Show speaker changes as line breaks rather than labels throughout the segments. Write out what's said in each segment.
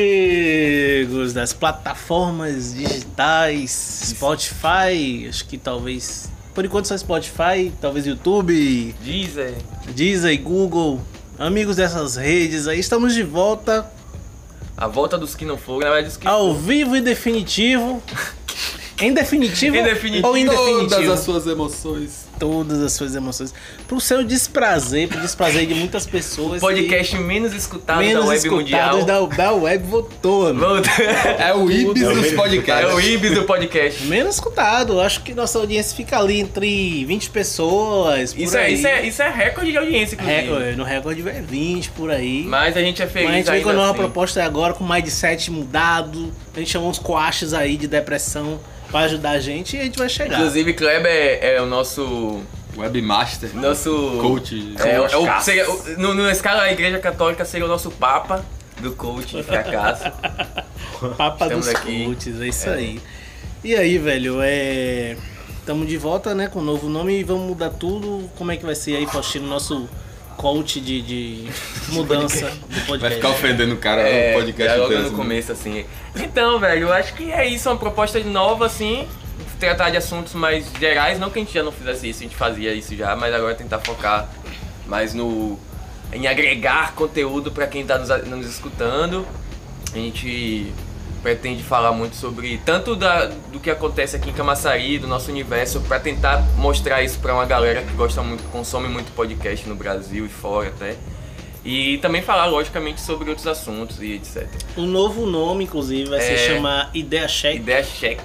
Amigos das plataformas digitais, Spotify, acho que talvez. Por enquanto só Spotify, talvez YouTube,
Deezer.
Deezer, Google. Amigos dessas redes aí, estamos de volta
A volta dos que não foram, na verdade, os que.
ao vivo e definitivo. Em definitivo,
Em definitivo.
ou em
Todas
definitivo?
as suas emoções.
Todas as suas emoções. Pro seu desprazer, pro desprazer de muitas pessoas.
O podcast menos escutado
menos
da web
escutados
mundial.
da, da web votou, amigo.
Volta.
É o Ibis
É o
dos
Ibis.
É o
podcasts.
Ibis do podcast.
Menos escutado, acho que nossa audiência fica ali entre 20 pessoas. Por
Isso é,
aí.
isso, é, isso é recorde de audiência, inclusive.
Recorde, no recorde é 20 por aí. Mas,
Mas a gente é feliz
a gente vem
ainda
com a nova
assim.
proposta agora, com mais de 7 mudado. A gente chamou uns coaches aí de depressão pra ajudar a gente e a gente vai chegar.
Inclusive, Kleber é, é o nosso.
Webmaster.
Nosso.
Coach.
É, é o,
Cass.
seria, o- no, no escala da Igreja Católica seria o nosso Papa do é coach de fracasso.
Papa
Estamos
dos
aqui.
cults, é isso aí. E aí, velho, é. Tamo de volta, né, com um novo nome e vamos mudar tudo. Como é que vai ser aí, Faustino, nosso coach de, de mudança do podcast?
Vai ficar ofendendo o cara
É,
no podcast
já logo
inteiro,
no
assim.
começo, assim. Então, velho, eu acho que é isso, uma proposta nova, assim, tratar de assuntos mais gerais, não que a gente já não fizesse isso, a gente fazia isso já, mas agora tentar focar mais no... em agregar conteúdo pra quem tá nos, nos escutando. A gente pretende falar muito sobre tanto da, do que acontece aqui em Camaçari, do nosso universo, pra tentar mostrar isso pra uma galera que gosta muito, que consome muito podcast no Brasil e fora até. E também falar, logicamente, sobre outros assuntos e etc.
O Um novo nome, inclusive, vai se
É.
chamar Ideia Check,
Ideia check,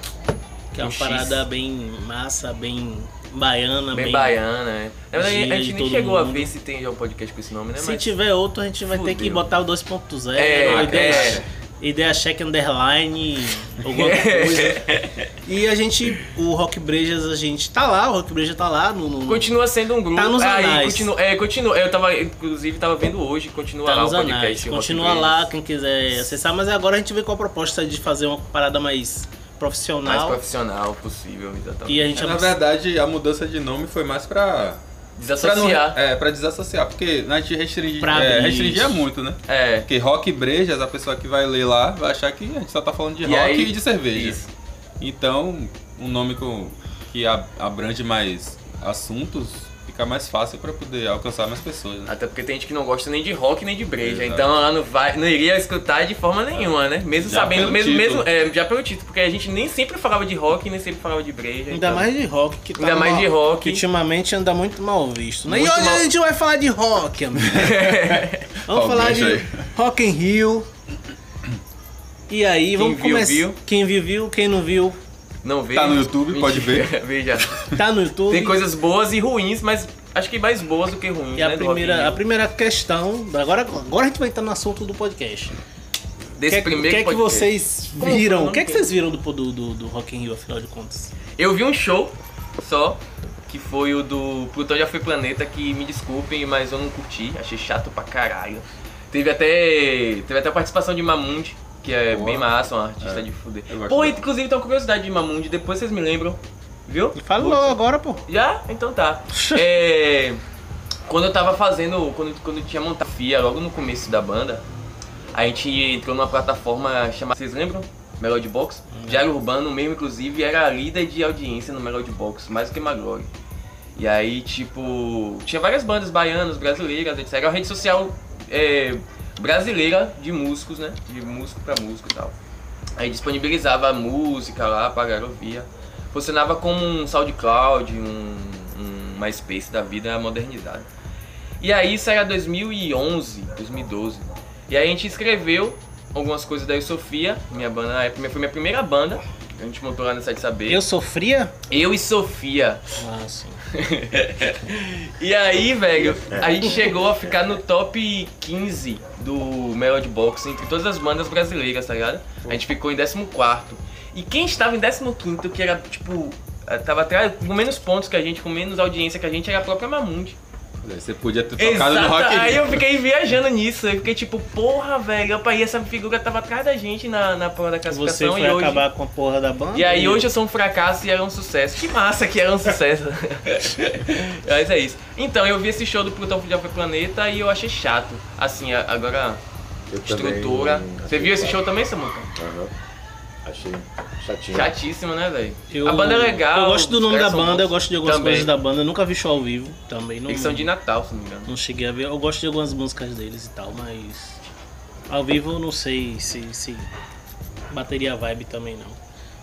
que é uma
com X.
parada bem massa, bem baiana,
bem baiana, né? Na verdade,
Gíria
a gente
de
nem
todo
chegou a
mundo.
ver se tem já um podcast com esse nome, né?
Se
Mas
tiver outro, a gente vai ter que
Fudeu.
botar o 2.0,
É,
ou né? ideia,
é.
ideia check underline, alguma coisa. e a gente, o Rock Brejas, a gente tá lá, o Rock Breja tá lá no. no-
continua sendo um grupo.
Tá nos
aí,
anais.
Continua, é, continua. Eu tava, inclusive, tava vendo hoje, continua
tá
lá
nos
o podcast.
anais.
Rock
Continua
Brejas.
lá, é quem quiser acessar, mas agora a gente vem com a proposta de fazer uma parada mais
Mais
profissional.
profissional possível, exatamente.
e a gente
É, Na verdade, a mudança de nome foi mais pra. Pra não,
Desassociar.
é, pra desassociar, porque a gente restringi,
Pra
é,
abrir.
restringia muito, né?
É.
Porque rock e brejas, a pessoa que vai ler lá vai achar que a gente só tá falando de
E
rock
aí-
e de cerveja.
Isso.
Então, um nome com, que ab- abrange mais assuntos fica mais fácil pra poder alcançar mais pessoas, né?
Até porque tem gente que não gosta nem de rock nem de breja,
Exato.
então ela não, vai, não iria escutar de forma nenhuma, né? Mesmo
Já
sabendo,
pelo
mesmo,
título.
mesmo é, já pelo título, porque a gente nem sempre falava de rock, nem sempre falava de breja.
Ainda
então-
mais de rock, que tá
Ainda mais
mal-
de rock.
Que ultimamente anda muito mal visto. Né? E
Muito
hoje a
mal-
gente vai falar de rock, amigo. vamos
Ó,
falar de
bicho aí.
Rock in Rio. E aí, vamos
viu,
começar.
viu.
Quem viu, viu. Quem não viu,
Não vejo.
Tá no YouTube, pode
Mentira, Veja.
tá no YouTube.
Tem coisas boas e ruins, mas acho que mais boas do que ruins,
E
né?
a
do Rock in
primeira,
Rio.
a primeira questão. Agora, agora a gente vai entrar no assunto do podcast. O que,
Desse
é-
primeiro
que é que
podcast.
vocês
Como foi o
viram? O
nome
que é que
dele?
vocês viram do, do, do, do Rock in Rio, afinal de contas?
Eu vi um show só, que foi o do Plutão Já Foi Planeta, que me desculpem, mas eu não curti, achei chato pra caralho. Teve até. Teve até a participação de Mamundi, que é
Boa.
bem massa, uma artista
É,
de fuder.
eu gosto
Pô,
dela.
inclusive tem uma curiosidade de Mamundi, depois vocês me lembram, viu?
Fala logo agora, pô.
Já? Então tá. É, quando eu tava fazendo. Quando, quando eu tinha montado FIA logo no começo da banda, a gente entrou numa plataforma chamada. Vocês lembram? Melody Box? Diário Urbano mesmo, inclusive, era líder de audiência no Melody Box, mais do que Maglore. E aí, tipo, tinha várias bandas baianas, brasileiras, etc. Era uma rede social é, brasileira de músicos, né? De músico pra músico e tal. Aí disponibilizava música lá pra galera ouvir. Funcionava como um SoundCloud, um, um MySpace da vida modernizada. E aí isso era 2011, 2012. E aí a gente escreveu algumas coisas da Eu Sofia, minha banda na época, foi minha primeira banda. A gente montou lá no site Saber.
Eu sofria?
Eu e Sofia.
Ah, sim.
E aí, velho,
É.
a gente chegou a ficar no top 15 do Melody Box entre todas as bandas brasileiras, tá ligado? A gente ficou em 14. E quem estava em 15, que era tipo. Tava atrás com menos pontos que a gente, com menos audiência que a gente, era a própria Mamundi.
Você podia ter tocado no
Exato.
rock. in
Aí
Rio.
eu fiquei viajando nisso. Eu fiquei tipo, porra, velho, opa, e essa figura tava atrás da gente na, na prova da
Você
classificação
foi
e hoje.
acabar com a porra da banda.
E aí hoje eu sou um fracasso e era um sucesso. Que massa que era um sucesso. Mas é isso. Então, eu vi esse show do Plutão Já Foi Planeta e eu achei chato. Assim, a- agora
Eu
estrutura.
também
Você
achei
viu esse
chato.
show também, Samuca?
Aham. Achei chatinho.
Chatíssimo, né, velho?
Eu-
A banda é legal.
Eu gosto do
os
nome da
caras são
banda, eu
bons.
gosto de algumas
Também.
coisas da banda. Eu nunca vi show ao vivo também. Não,
Eles são um de Natal, se não me engano.
não cheguei a ver. Eu gosto de algumas músicas deles e tal, mas. Ao vivo eu não sei se, se bateria a vibe também não.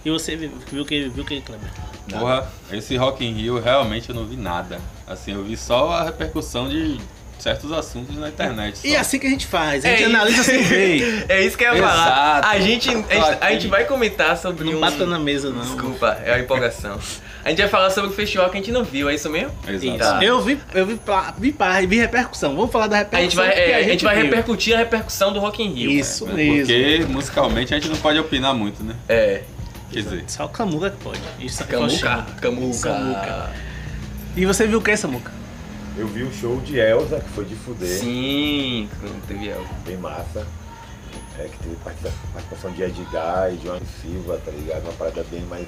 E você viu viu que viu que Kleber?
Porra, esse Rock in Rio realmente eu não vi nada. Assim, eu vi só a repercussão de certos assuntos na internet. só.
E é assim que a gente faz, a
É
gente
isso.
analisa assim sem ver.
É isso que eu ia falar.
Exato.
A gente, a, gente, a gente vai comentar sobre
Não
um...
bata na mesa não.
Desculpa, é a empolgação. A gente vai falar sobre o festival que a gente não viu, é isso mesmo?
Exato.
Isso.
Tá.
Eu vi, eu vi, pla- vi, par- vi repercussão. Vamos falar da
A
repercussão.
gente vai,
que
é, a gente vai
viu.
repercutir É, a repercussão do Rock in Rio.
Isso
Né?
mesmo.
Porque musicalmente a gente não pode opinar muito, né?
É.
Quer dizer,
Só o Camuca que pode. Isso
né?
é
Camuca.
Faxina.
Camuca.
Samuca. E você viu o que, Samuca?
Eu vi o show de Elsa, que foi de fuder.
Sim, não teve ela.
bem massa. É, que teve participa- participação de Edgar e Johnny Silva, tá ligado? Uma parada bem mais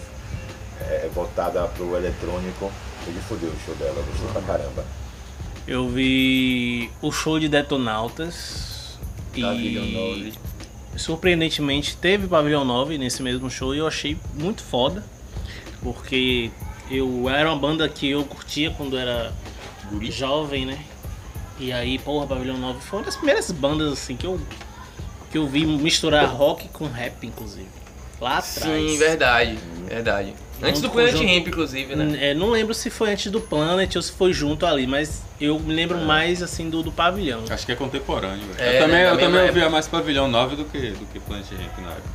é, voltada pro eletrônico. Ele fodeu o show dela, gostou pra caramba.
Eu vi o show de Detonautas.
Pavilhão
E
9.
surpreendentemente teve Pavilhão 9 nesse mesmo show e eu achei muito foda. Porque eu era uma banda que eu curtia quando era
Guri.
jovem, né? E aí, porra, Pavilhão 9 foi uma das primeiras bandas assim que eu que eu vi misturar rock com rap, inclusive. Lá atrás.
Sim, verdade. né? Verdade. Antes do
Um Conjunto-
Planet Ramp, inclusive, né?
É, não lembro se foi antes do Planet ou se foi junto ali, mas eu me lembro mais assim do, do pavilhão.
acho que é contemporâneo, velho.
É,
eu também,
né,
eu
da
também
mesma
ouvia mais Pavilhão 9 do que, do que Planet Ramp na época.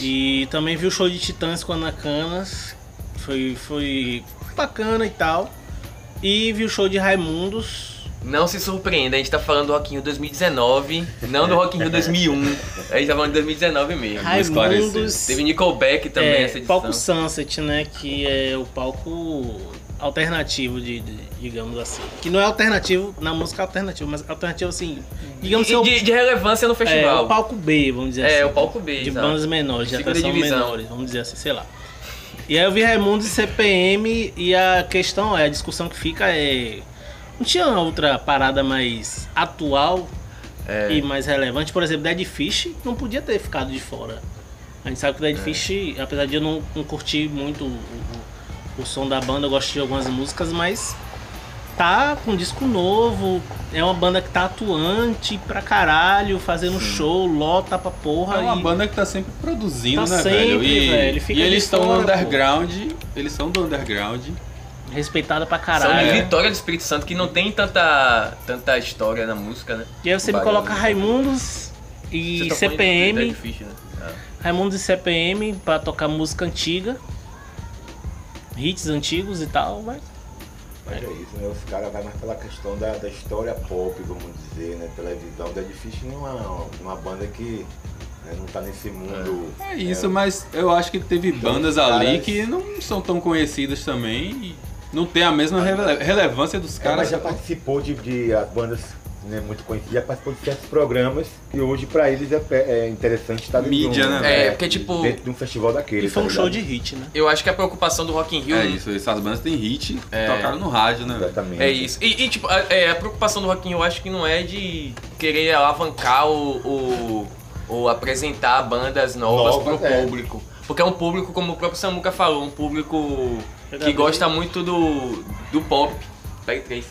E também vi o show de Titãs com Anacanas. Foi, foi bacana e tal. E vi o show de Raimundos.
Não se surpreenda, a gente tá falando do Rock in Rio 2019, não do Rock in Rio 2001. A gente tá falando de 2019 mesmo.
Ai, esclarecer.
Raimundos.
Teve Nickelback também
é,
essa edição.
palco Sunset, né? Que é o palco alternativo, de, de- digamos assim. Que não é alternativo na música alternativa, mas alternativo assim. Digamos que é
E
o,
de, de relevância no
é, o
festival.
palco B, vamos dizer assim.
É, o palco B,
De
exato.
bandas menores, de
Segunda
atração
divisão.
menores, vamos dizer assim, sei lá. E aí eu vi Raimundo e CPM e a questão é, a discussão que fica é. Não tinha outra parada mais atual
É.
e mais relevante. Por exemplo, Dead Fish não podia ter ficado de fora. A gente sabe que o
É.
Dead Fish, apesar de eu não, não curtir muito o, o- o som da banda, eu gosto de algumas músicas, mas tá com disco novo, é uma banda que tá atuante pra caralho, fazendo show, lota pra porra.
É uma
e-
banda que tá sempre produzindo,
Tá
né, velho?
sempre,
E,
velho, fica
e
de
eles estão no
fora, pô.
underground, eles são do underground.
respeitada pra
São de
caralho.
Vitória do Espírito Santo, que não tem tanta, tanta história na música, né?
E aí você me
Várias
coloca Raimundos
Você
e
tá falando de Dead
CPM,
Fish, né? Ah.
Raimundos e CPM pra tocar música antiga, hits antigos e tal, mas
Mas é isso, né? Os caras vai mais pela questão da, da história pop, vamos dizer, né? Televisão. Dead Fish não é uma, uma banda que né, não tá nesse mundo.
É isso, mas eu acho que teve
Então,
bandas
os
ali
caras-
que não são tão conhecidas também e não tem a mesma rele- relevância dos
Cara,
caras.
É, já tá participou de, de as bandas né, muito conhecidas, já participou de certos programas e hoje pra eles é, pe- é interessante estar dentro
Mídia,
de um-
né,
velho? É, porque, tipo-
Dentro de um festival daquele.
e foi
tá
um show de
ligado?
hit, né?
Eu acho que a preocupação do Rock in Rio
É isso, essas bandas têm hit,
É.
tocaram no rádio, né? velho?
Exatamente.
É isso. E, e, tipo, a, é, a preocupação do Rock in Rio acho que não é de querer alavancar ou, ou, ou apresentar bandas novas,
Novas,
pro
é.
público. Porque é um público, como o próprio Samuca falou, um público que
Verdadeiro.
gosta muito do, do pop. Pega três.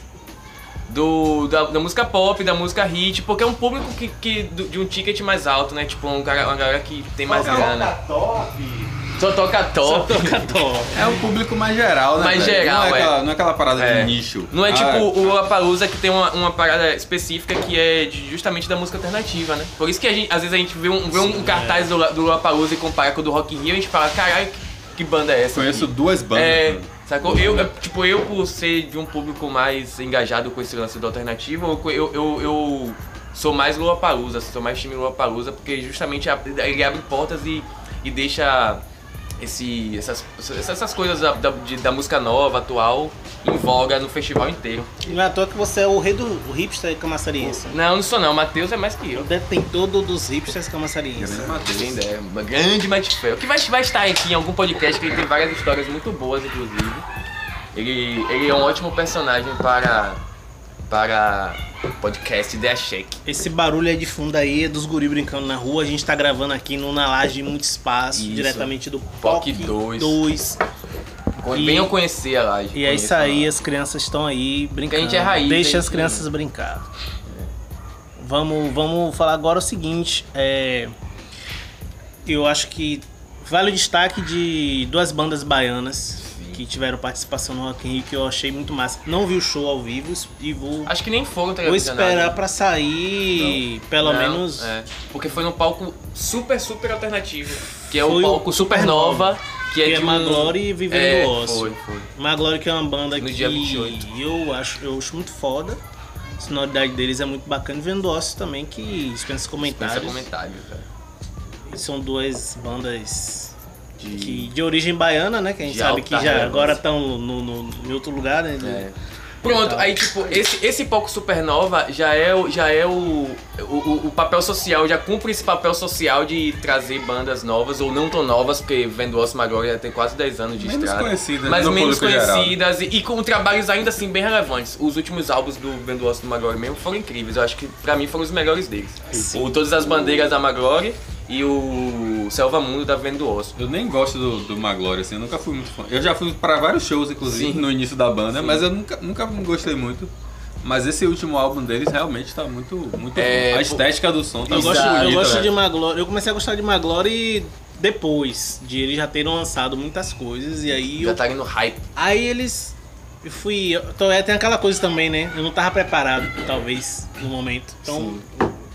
Do, da, da música pop, da música hit, porque é um público que, que do- de um ticket mais alto, né? Tipo, um cara, uma galera que tem mais grana. Só toca top.
Toca top.
É o público mais geral, né?
Mais
velho?
geral,
não é,
é.
Aquela, não é aquela parada
É.
de nicho.
Não é
Ah,
tipo o Lapalusa que tem uma, uma parada específica que é de- justamente da música alternativa, né? Por isso que a gente, às vezes a gente vê um, vê um
é.
cartaz do, La- do Lollapalooza e compara com o do Rock in Rio e a gente fala, caralho, que- que banda é essa?
Conheço
aqui?"
duas bandas. né?
É,
velho.
sacou? Eu, eu- tipo, eu por ser de um público mais engajado com esse lance do alternativo, eu, eu, eu, eu sou mais Lollapalooza, assim, sou mais time Lollapalooza, porque justamente ab- ele abre portas e, e deixa esse, essas, essas coisas da, da- de- da música nova, atual, em voga no festival inteiro.
E não é à toa que você é o rei do o hipster camassariense.
Não, não sou não, o Matheus é mais que
O
eu.
detentor do- dos hipsters camassarienses.
Grande Matheus.
Quem der, uma grande Matfel. Que vai, vai estar aqui em algum podcast que ele tem várias histórias muito boas, inclusive. Ele, ele é um ótimo personagem para, para o podcast The Shake.
Esse barulho aí de fundo aí é dos guri brincando na rua. A gente tá gravando aqui no Na Laje Muito Espaço,
Isso.
diretamente do
POC
POC
2.
2. E-
Venham conhecer a laje.
E é isso aí, as crianças estão aí brincando.
gente é raiz,
Deixa
tem
as
que-
crianças brincar. Vamos, vamos falar agora o seguinte. é, eu acho que vale o destaque de duas bandas baianas que tiveram participação no Rock in Rio que eu achei muito massa. Não vi o show ao vivo e vou,
Acho que nem foram
vou
televisionados. né?
esperar pra sair, pelo
Não,
menos.
É, porque foi num palco super, super alternativo. Que é o
Foi o
palco Supernova, que é
Que é
de um...
Maglore e Vivendo
é,
o Ócio.
Foi, foi.
Maglore que é uma banda
No
que
dia 28.
eu acho, eu acho muito foda. A sonoridade deles é muito bacana. E Vendócio também, que dispensa
Dispensa
comentários.
comentário, cara.
São duas bandas
De-
que, de origem baiana, né? Que a gente
De
sabe
alta
que já
relevância.
agora estão no, no- em outro lugar, né?
É. Pronto, aí tipo, esse, esse palco supernova já é, o- já é o, o, o- o papel social, já cumpre esse papel social de trazer bandas novas ou não tão novas, porque Vendo Osso Magro já tem quase 10 anos de
Menos
estrada.
conhecidas
mas
no
menos
público geral.
conhecidas e, e com trabalhos ainda assim bem relevantes. Os últimos álbuns do Vendo Osso do Maglore mesmo foram incríveis, eu acho que pra mim foram os melhores deles. O Todas as Bandeiras da Maglore e o Selva Mundo da Vendo Osso.
Eu nem gosto do, do Maglore, assim, eu nunca fui muito fã. Eu já fui pra vários shows, inclusive,
Sim.
no início da banda, mas eu nunca, nunca gostei muito. Mas esse último álbum deles realmente tá muito, muito
É,
bom. A
pô,
estética do som tá
Eu
muito
gosto,
Exato.
eu
bonita,
gosto de
velho.
Maglore. Eu comecei a gostar de Maglore depois de eles já terem lançado muitas coisas. E aí
Já
eu
tá ali no hype.
Aí eles. Eu fui. Então, é, tem aquela coisa também, né? Eu não tava preparado, talvez, no momento. Então,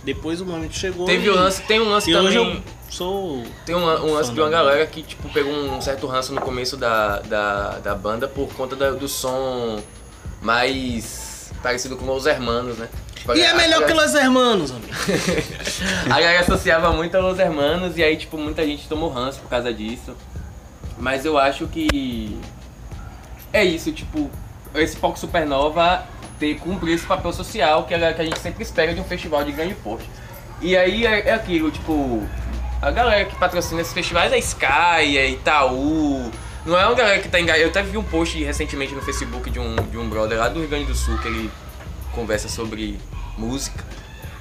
depois o momento chegou.
Teve
e,
o lance, tem um lance
E
também.
hoje eu sou.
Tem um, um lance
Fã
de uma
da
galera que tipo, pegou um certo ranço no começo da, da, da banda por conta da- do som mais parecido com Los Hermanos, né? Tipo, a
E é
galera-
melhor
a,
que
galera-
Los Hermanos, amigo.
A galera associava muito a Los Hermanos e aí tipo, muita gente tomou ranço por causa disso. Mas eu acho que é isso, tipo, esse palco supernova ter cumprir esse papel social que a, que a gente sempre espera de um festival de grande porte. E aí é, é aquilo, tipo, a galera que patrocina esses festivais é Sky, é Itaú. Não é uma galera que tá enganada. Eu até vi um post recentemente no Facebook de um, de um brother lá do Rio Grande do Sul que ele conversa sobre música.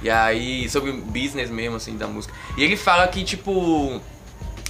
E aí, sobre business mesmo, assim, da música. E ele fala que, tipo,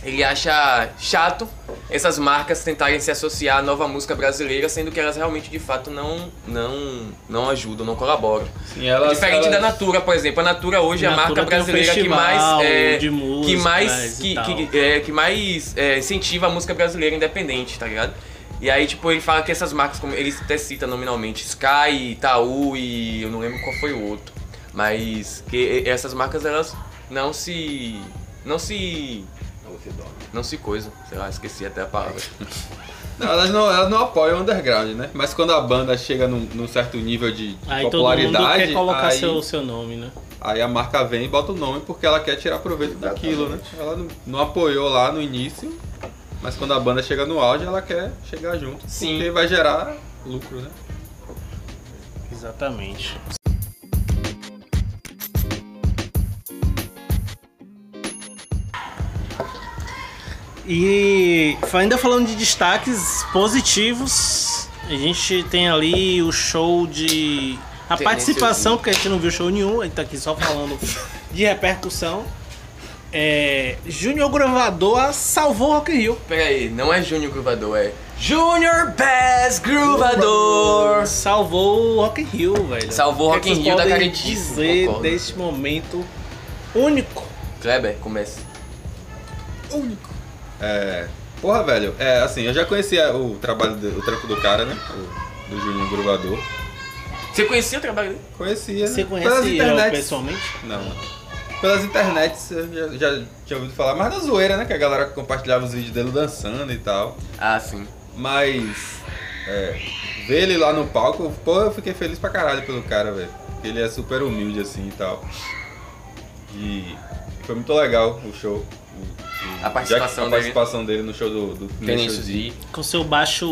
ele acha chato essas marcas tentarem se associar à nova música brasileira, sendo que elas realmente de fato não não não ajudam, não colaboram.
Sim, elas-
Diferente da
elas-
Natura, por exemplo. A Natura hoje é a
Natura tem
marca
um
brasileira que
festival
mais é,
de música,
que mais
mas e
que,
tal.
que, é, que mais é, incentiva a música brasileira independente, tá ligado? E aí, tipo, ele fala que essas marcas, como ele até cita nominalmente, Sky, Itaú e eu não lembro qual foi o outro. Mas que essas marcas, elas não se. não se
Então, Você dorme.
não se coisa, sei lá, esqueci até a palavra.
Não, elas, não, elas não apoiam o underground, né? Mas quando a banda chega num, num certo nível de, de
Aí todo mundo
popularidade,
quer colocar
aí,
seu, seu nome, né?
aí a marca vem e bota o nome porque ela quer tirar proveito daquilo, né? Ela não, não apoiou lá no início, mas quando a banda chega no auge, ela quer chegar junto.
Sim.
Porque vai gerar lucro, né?
Exatamente. E fa- ainda falando de destaques positivos, a gente tem ali o show de. A
Tem
participação, porque a gente não viu show nenhum, a gente tá aqui só falando de repercussão. É, Júnior Gravador salvou o Rock in Rio.
Pera aí, não é Júnior Gruvador, é Júnior Bass Gruvador!
Salvou o Rock in Rio, velho.
Salvou o Rock
que
in
vocês
Rio da
podem
Caretice,
dizer
concordo.
deste momento único.
Kleber, começa.
único. É. Porra, velho, é assim, eu já conhecia o trabalho, do, o trampo do cara, né? O- do Juninho Gruvador.
Você conhecia o trabalho dele?
Conhecia, né?
Você
Pelas
conhece ele
internets.
pessoalmente?
Não. Pelas internets eu já, já tinha ouvido falar, mas na zoeira, né? Que a galera compartilhava os vídeos dele dançando e tal.
Ah, sim.
Mas. É, ver ele lá no palco, pô, eu fiquei feliz pra caralho pelo cara, velho. Porque Ele é super humilde assim e tal. E foi muito legal o show. O- o-
A participação
a
dele.
participação dele no show do, do
Tenente
Tenente
de,
Com seu baixo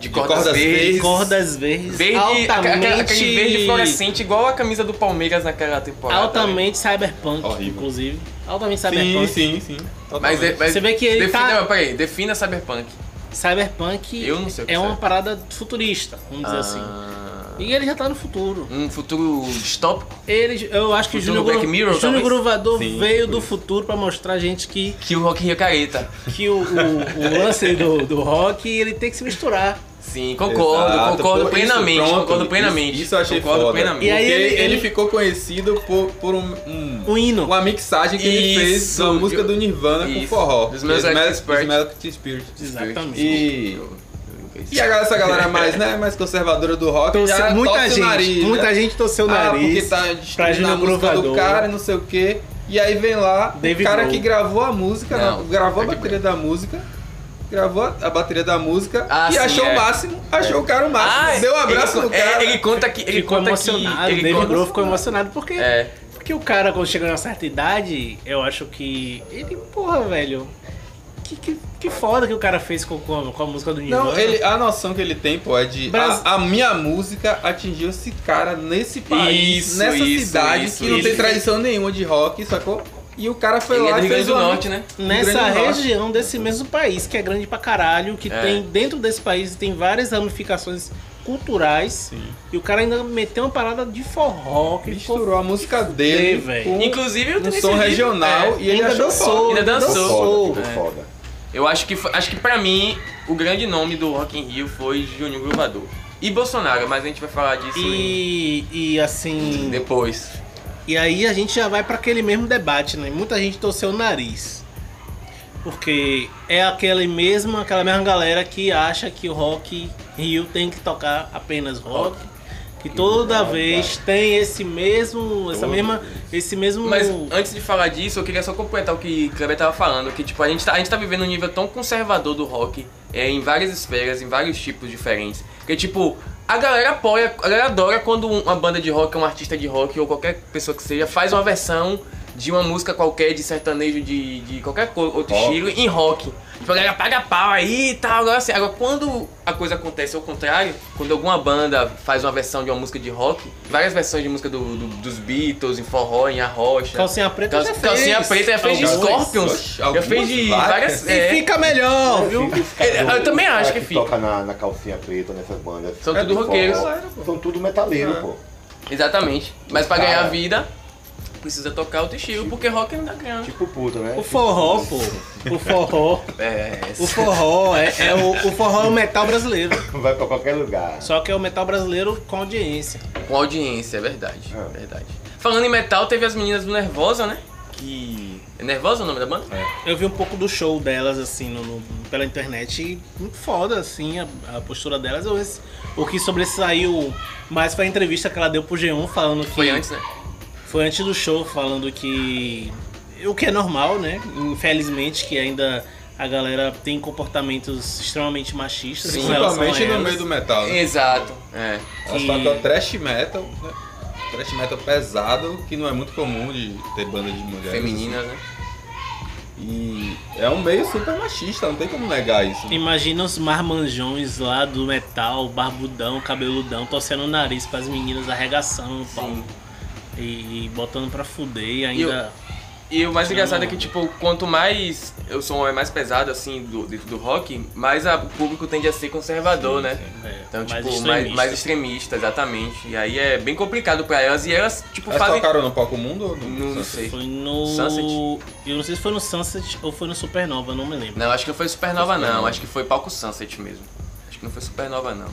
de
cordas
cordas, verdes.
verdes.
cordas verdes.
Verde, aca-
altamente,
aca- aquele verde fluorescente, igual a camisa do Palmeiras naquela temporada. né?
altamente cyberpunk,
Horrível.
inclusive. Altamente
Sim,
cyberpunk.
sim, sim.
Mas, é,
Totalmente.
mas
Você vê que ele
defina,
tá-
Peraí, defina Cyberpunk.
Cyberpunk
Eu não sei o que
é uma
serve.
parada futurista, vamos dizer assim.
Ah,
E ele já tá no futuro.
Um futuro distópico
Ele, eu acho que o
Futuro
Júnior,
Black
Gru-
Mirror,
Júnior
talvez?
Gruvador
Sim,
veio
por
do
isso.
futuro pra mostrar a gente que,
que o Rock in Rio é careta.
que o, o, o lance do, do rock ele tem que se misturar.
Sim, concordo,
Exato,
concordo
pô, isso,
plenamente,
pronto,
concordo
isso-
plenamente.
Isso, eu achei
concordo
foda.
plenamente.
E aí
Porque
ele-
ele,
ele-
ficou conhecido por, por um, um-
O hino.
uma mixagem que ele fez
Isso,
da música
eu-
do Nirvana com
isso.
forró.
Dos meus
Smells-
Arctic Spirit.
Smells Arctic Spirit.
Exatamente.
E,
Eu- eu nunca
e a galera- essa galera mais, né, mais conservadora do rock
Torce-
já
muita
torce o
gente,
nariz,
muita
né?
gente torceu o
Ah, porque
nariz.
tá destruindo
Júnior
a música do
Gruvador.
cara e não sei o quê. E aí vem lá
David
o cara
Grohl.
que gravou a música,
Não,
não, gravou a
Frank
bateria da música, gravou a bateria da música
Ah,
e
sim,
achou
é.
o máximo, achou o cara o máximo,
Ah,
deu um abraço
ele,
no cara.
É, ele conta que. Ele
ficou
conta
emocionado.
que. Ele
tipo David
conta-
Grohl ficou emocionado porque,
É.
porque o cara, quando chega numa certa idade, eu acho que. Ele, porra, velho. Que, que, que foda que o cara fez com, com, a, com a música do Nirvana.
Não, ele, a noção que ele tem, pô, é de
Bras-
a, a minha música atingiu esse cara nesse país,
Isso,
nessa
isso,
cidade
isso,
que não
isso.
tem tradição nenhuma de rock, sacou? E o cara foi
Ele é
lá
do Rio
e
Grande
fez
do
uma-
Norte, né?
Nessa
Grande Norte.
região desse mesmo país, que é grande pra caralho, que
É.
tem dentro desse país tem várias ramificações culturais. E o cara ainda meteu uma parada de forró que ficou
misturou a música dele
velho.
com
Inclusive, eu
um
tenho
som
esse vídeo,
regional
é.
e ele
Ainda
achou
dançou.
foda.
Ainda
Ficou
dançou.
Foda, ficou
É.
foda.
Eu acho que foi- acho que pra mim o grande nome do Rock in Rio foi Juninho Gruvador. E Bolsonaro, mas a gente vai falar disso
E, e assim.
depois.
E aí a gente já vai pra aquele mesmo debate, né? Muita gente torceu o nariz. Porque é aquela mesma, aquela mesma galera que acha que o rock Rio tem que tocar apenas rock. Que toda
Ah,
vez tem esse mesmo, essa
Toda
mesma, esse mesmo
Mas antes de falar disso, eu queria só completar o que o Kleber tava falando, que tipo, a gente tá, a gente tá vivendo um nível tão conservador do rock, é, em várias esferas, em vários tipos diferentes. Porque tipo, a galera apoia, a galera adora quando um- uma banda de rock, um artista de rock ou qualquer pessoa que seja, faz uma versão de uma música qualquer, de sertanejo, de, de qualquer co- outro
Rock.
estilo, em rock. Tipo, a galera paga pau aí e tal, agora assim, agora quando a coisa acontece ao contrário, quando alguma banda faz uma versão de uma música de rock, várias versões de música do- do- dos Beatles, em forró, em arrocha,
calcinha preta
Cal-
já fez.
calcinha preta já fez de
Algumas.
Scorpions.
Oxe,
Já fez de
algumas
várias.
várias.
E
é,
fica melhor, viu?
eu
Os
também
caras
acho que É fica.
toca na, na calcinha preta nessas bandas.
São
de
tudo
forró,
roqueiros.
São tudo metaleiro,
É.
Ah.
pô.
Exatamente. Mas pra ganhar
Cara.
vida, precisa tocar outro estilo, porque rock não dá grana.
Tipo puta, né?
O forró, pô. O forró.
É,
O forró é, é o, o forró é o metal brasileiro.
Vai pra qualquer lugar.
Só que é o metal brasileiro com audiência.
com audiência, é verdade.
É.
Verdade. Falando em metal, teve as meninas do Nervosa, né? Que. É Nervosa o nome da banda?
Eu vi um pouco do show delas, assim, no- no- pela internet e muito foda, assim, a, a postura delas. Eu- esse- o que sobressaiu mais foi a entrevista que ela deu pro G1 falando que.
Foi antes, né?
Foi antes do show falando que. O que é normal, né? Infelizmente, que ainda a galera tem comportamentos extremamente machistas. em relação a
Principalmente no
elas.
meio do metal. Né?
Exato. É.
Elas
que-
tocam trash metal, né? Trash metal pesado, que não é muito comum de ter banda de mulheres.
Femininas, né?
E é um meio super machista, não tem como negar isso. né?
Imagina os marmanjões lá do metal, barbudão, cabeludão, torcendo o nariz pras meninas arregaçando, pau.
Sim.
E, e botando pra fuder e ainda.
E o mais
Não.
engraçado é que, tipo, quanto mais eu sou um homem mais pesado, assim, do, dentro do rock, mais a- o público tende a ser conservador, né?
é,
Então,
mais
tipo, mais,
extremista.
mais extremista, exatamente. E aí é bem complicado pra elas. E elas, tipo,
Elas
fazem.
tocaram no palco mundo ou no
Não, não sei.
Foi no.
Sunset?
Eu não sei se foi no Sunset ou foi no Supernova, não me lembro.
Não, acho que não foi Supernova, não. Acho que foi Palco Sunset mesmo. Acho que não foi Supernova, não.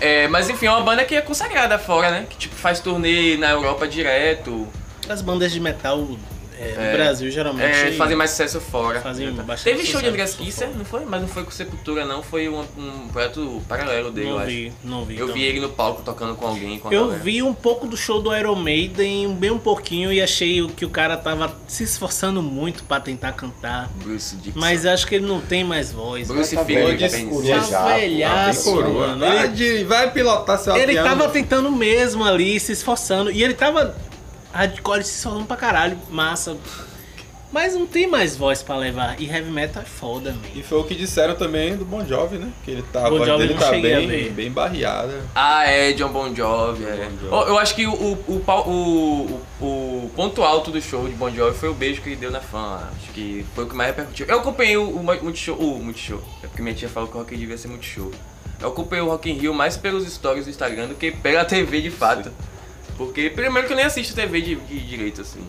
É, mas enfim, é uma banda que é consagrada fora, né? Que tipo, faz turnê na Europa direto.
As bandas de metal é,
É.
no Brasil geralmente.
É, fazem mais sucesso fora.
Fazem bastante
Teve show
sucesso
de Andreas
fora.
Kisser, não foi? Mas não foi com Sepultura, não. Foi um, um projeto paralelo dele, eu
Não
acho.
vi, não vi.
Eu vi
também.
ele no palco tocando com alguém. Com a
Eu
galera.
vi um pouco do show do Iron Maiden, bem um pouquinho, e achei o que o cara tava se esforçando muito pra tentar cantar.
Bruce Dixon.
Mas acho que ele não tem mais voz.
Bruce
Tá
Finger
velho, tá
Pence.
escuro já, pô.
Ah,
Velhaço.
Tá escuro.
Mano,
Vai,
ele-
de- né? vai pilotar seu
Ele
avião.
tava tentando mesmo ali, se esforçando. E ele tava hardcore se esforçando pra caralho, massa. Mas não tem mais voz pra levar. E heavy metal é foda, man.
E foi o que disseram também do Bon Jovi, né? Que ele tá, a
Bon
voz
Jovi
dele
não
tá
cheguei a
bem,
ver.
bem barreada.
Ah, é, John Bon Jovi. É.
Bon Jovi.
Oh, eu acho que o, o, o pau- o- o- o ponto alto do show de Bon Jovi foi o beijo que ele deu na fã. lá. Acho que foi o que mais repercutiu. Eu acompanhei o, o, Multishow, o Multishow. É porque minha tia falou que o rock devia ser Multishow. Eu acompanhei o Rock in Rio mais pelos stories do Instagram do que pela TV de fato. Porque, primeiro, que eu nem assisto TV de, de direito, assim.